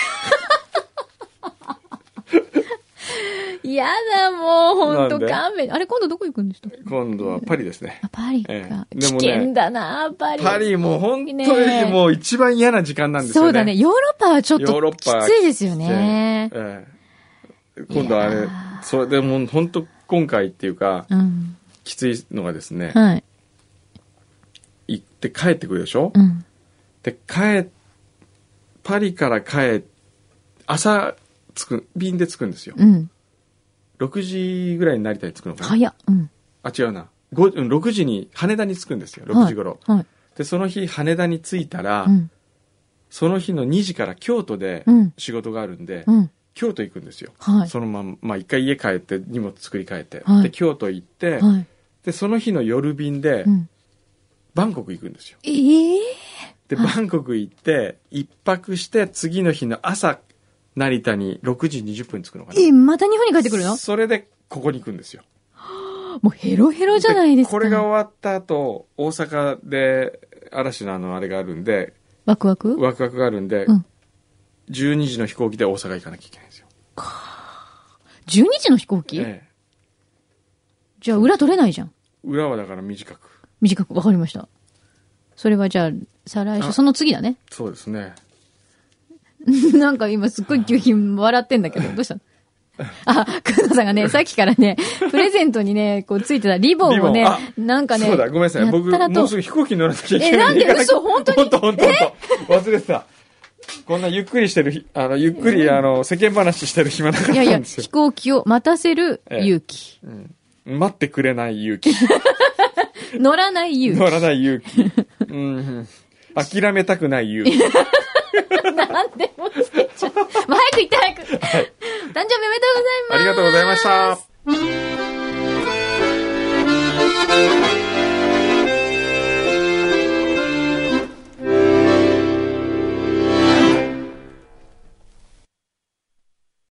[SPEAKER 2] やだ、もう、ほん
[SPEAKER 1] な
[SPEAKER 2] と
[SPEAKER 1] んで
[SPEAKER 2] 勘弁。あれ、今度どこ行くんでした
[SPEAKER 1] 今度はパリですね
[SPEAKER 2] あ、パリか。
[SPEAKER 1] ええ
[SPEAKER 2] 危
[SPEAKER 1] でもね
[SPEAKER 2] 険だな、パリ。
[SPEAKER 1] パリもう本当にもう一番嫌な時間なんですよね
[SPEAKER 2] そうだね。ヨーロッパはちょっ
[SPEAKER 1] ヨーロ
[SPEAKER 2] と
[SPEAKER 1] ッ
[SPEAKER 2] き
[SPEAKER 1] パは
[SPEAKER 2] ついですよね
[SPEAKER 1] 来。てええ今度あ
[SPEAKER 2] いや
[SPEAKER 1] れそれでも本当今回っていうか
[SPEAKER 2] うん。
[SPEAKER 1] きついのがですね、
[SPEAKER 2] はい。
[SPEAKER 1] 行って帰ってくるでしょ、
[SPEAKER 2] うん。
[SPEAKER 1] で帰パリから帰朝着く便で着くんですよ、
[SPEAKER 2] うん。
[SPEAKER 1] 6時ぐらいに成田に着くのかな、
[SPEAKER 2] 早っ。うん。
[SPEAKER 1] あ違うなごうん6時に羽田に着くんですよ6時頃、
[SPEAKER 2] はい。はい。
[SPEAKER 1] でその日羽田に着いたら、
[SPEAKER 2] うん。
[SPEAKER 1] その日の2時から京都で
[SPEAKER 2] うん
[SPEAKER 1] 仕事があるんで、
[SPEAKER 2] うん。
[SPEAKER 1] 京都行くんですよ、
[SPEAKER 2] はい
[SPEAKER 1] そのまんまあ一回家帰って荷物作り変えて、
[SPEAKER 2] はい
[SPEAKER 1] で京都行って、
[SPEAKER 2] はい。
[SPEAKER 1] でその日の夜便で、
[SPEAKER 2] うん。
[SPEAKER 1] バンコク行くんですよ
[SPEAKER 2] えー、
[SPEAKER 1] でバンコク行って一泊して次の日の朝成田に6時20分に着くのかな
[SPEAKER 2] え、また日本に帰ってくるの
[SPEAKER 1] それでここに行くんですよ
[SPEAKER 2] もうヘロヘロじゃないですか。
[SPEAKER 1] これが終わった後大阪で嵐のあのあれがあるんで
[SPEAKER 2] ワクワク
[SPEAKER 1] ワクワクがあるんで、
[SPEAKER 2] うん
[SPEAKER 1] 12時の飛行機で大阪行かなきゃいけないんですよ、
[SPEAKER 2] 12時の飛行機、
[SPEAKER 1] ええ、
[SPEAKER 2] じゃあ裏取れないじゃん。
[SPEAKER 1] 裏はだから短く
[SPEAKER 2] 短く。わかりました。それはじゃあ、再来週、
[SPEAKER 1] あ
[SPEAKER 2] その次だね。
[SPEAKER 1] そうですね
[SPEAKER 2] なんか今すっごい急に笑ってんだけど、どうしたの あ、くのさん がね、さっきからね、プレゼントにね、こうついてたリボンをね
[SPEAKER 1] リボンあ、
[SPEAKER 2] なんかね、
[SPEAKER 1] そうだごめんなさい僕
[SPEAKER 2] やったら
[SPEAKER 1] もうす
[SPEAKER 2] と
[SPEAKER 1] ぐ、飛行機に乗らなきゃいけない
[SPEAKER 2] えなんで嘘本当に
[SPEAKER 1] 本当本当本当忘れてたこんなゆっくりしてるひあのゆっくりあの世間話してる暇なかったん
[SPEAKER 2] いやいや、
[SPEAKER 1] ですよ
[SPEAKER 2] 飛行機を待たせる勇気。
[SPEAKER 1] 待ってくれない勇気
[SPEAKER 2] 乗らない勇気。
[SPEAKER 1] 乗らない勇気うんうん諦めたくない勇気
[SPEAKER 2] なんでもつけちゃう。もう早く行って早く。 誕生日おめでとうございます。
[SPEAKER 1] ありがとうございました
[SPEAKER 2] 「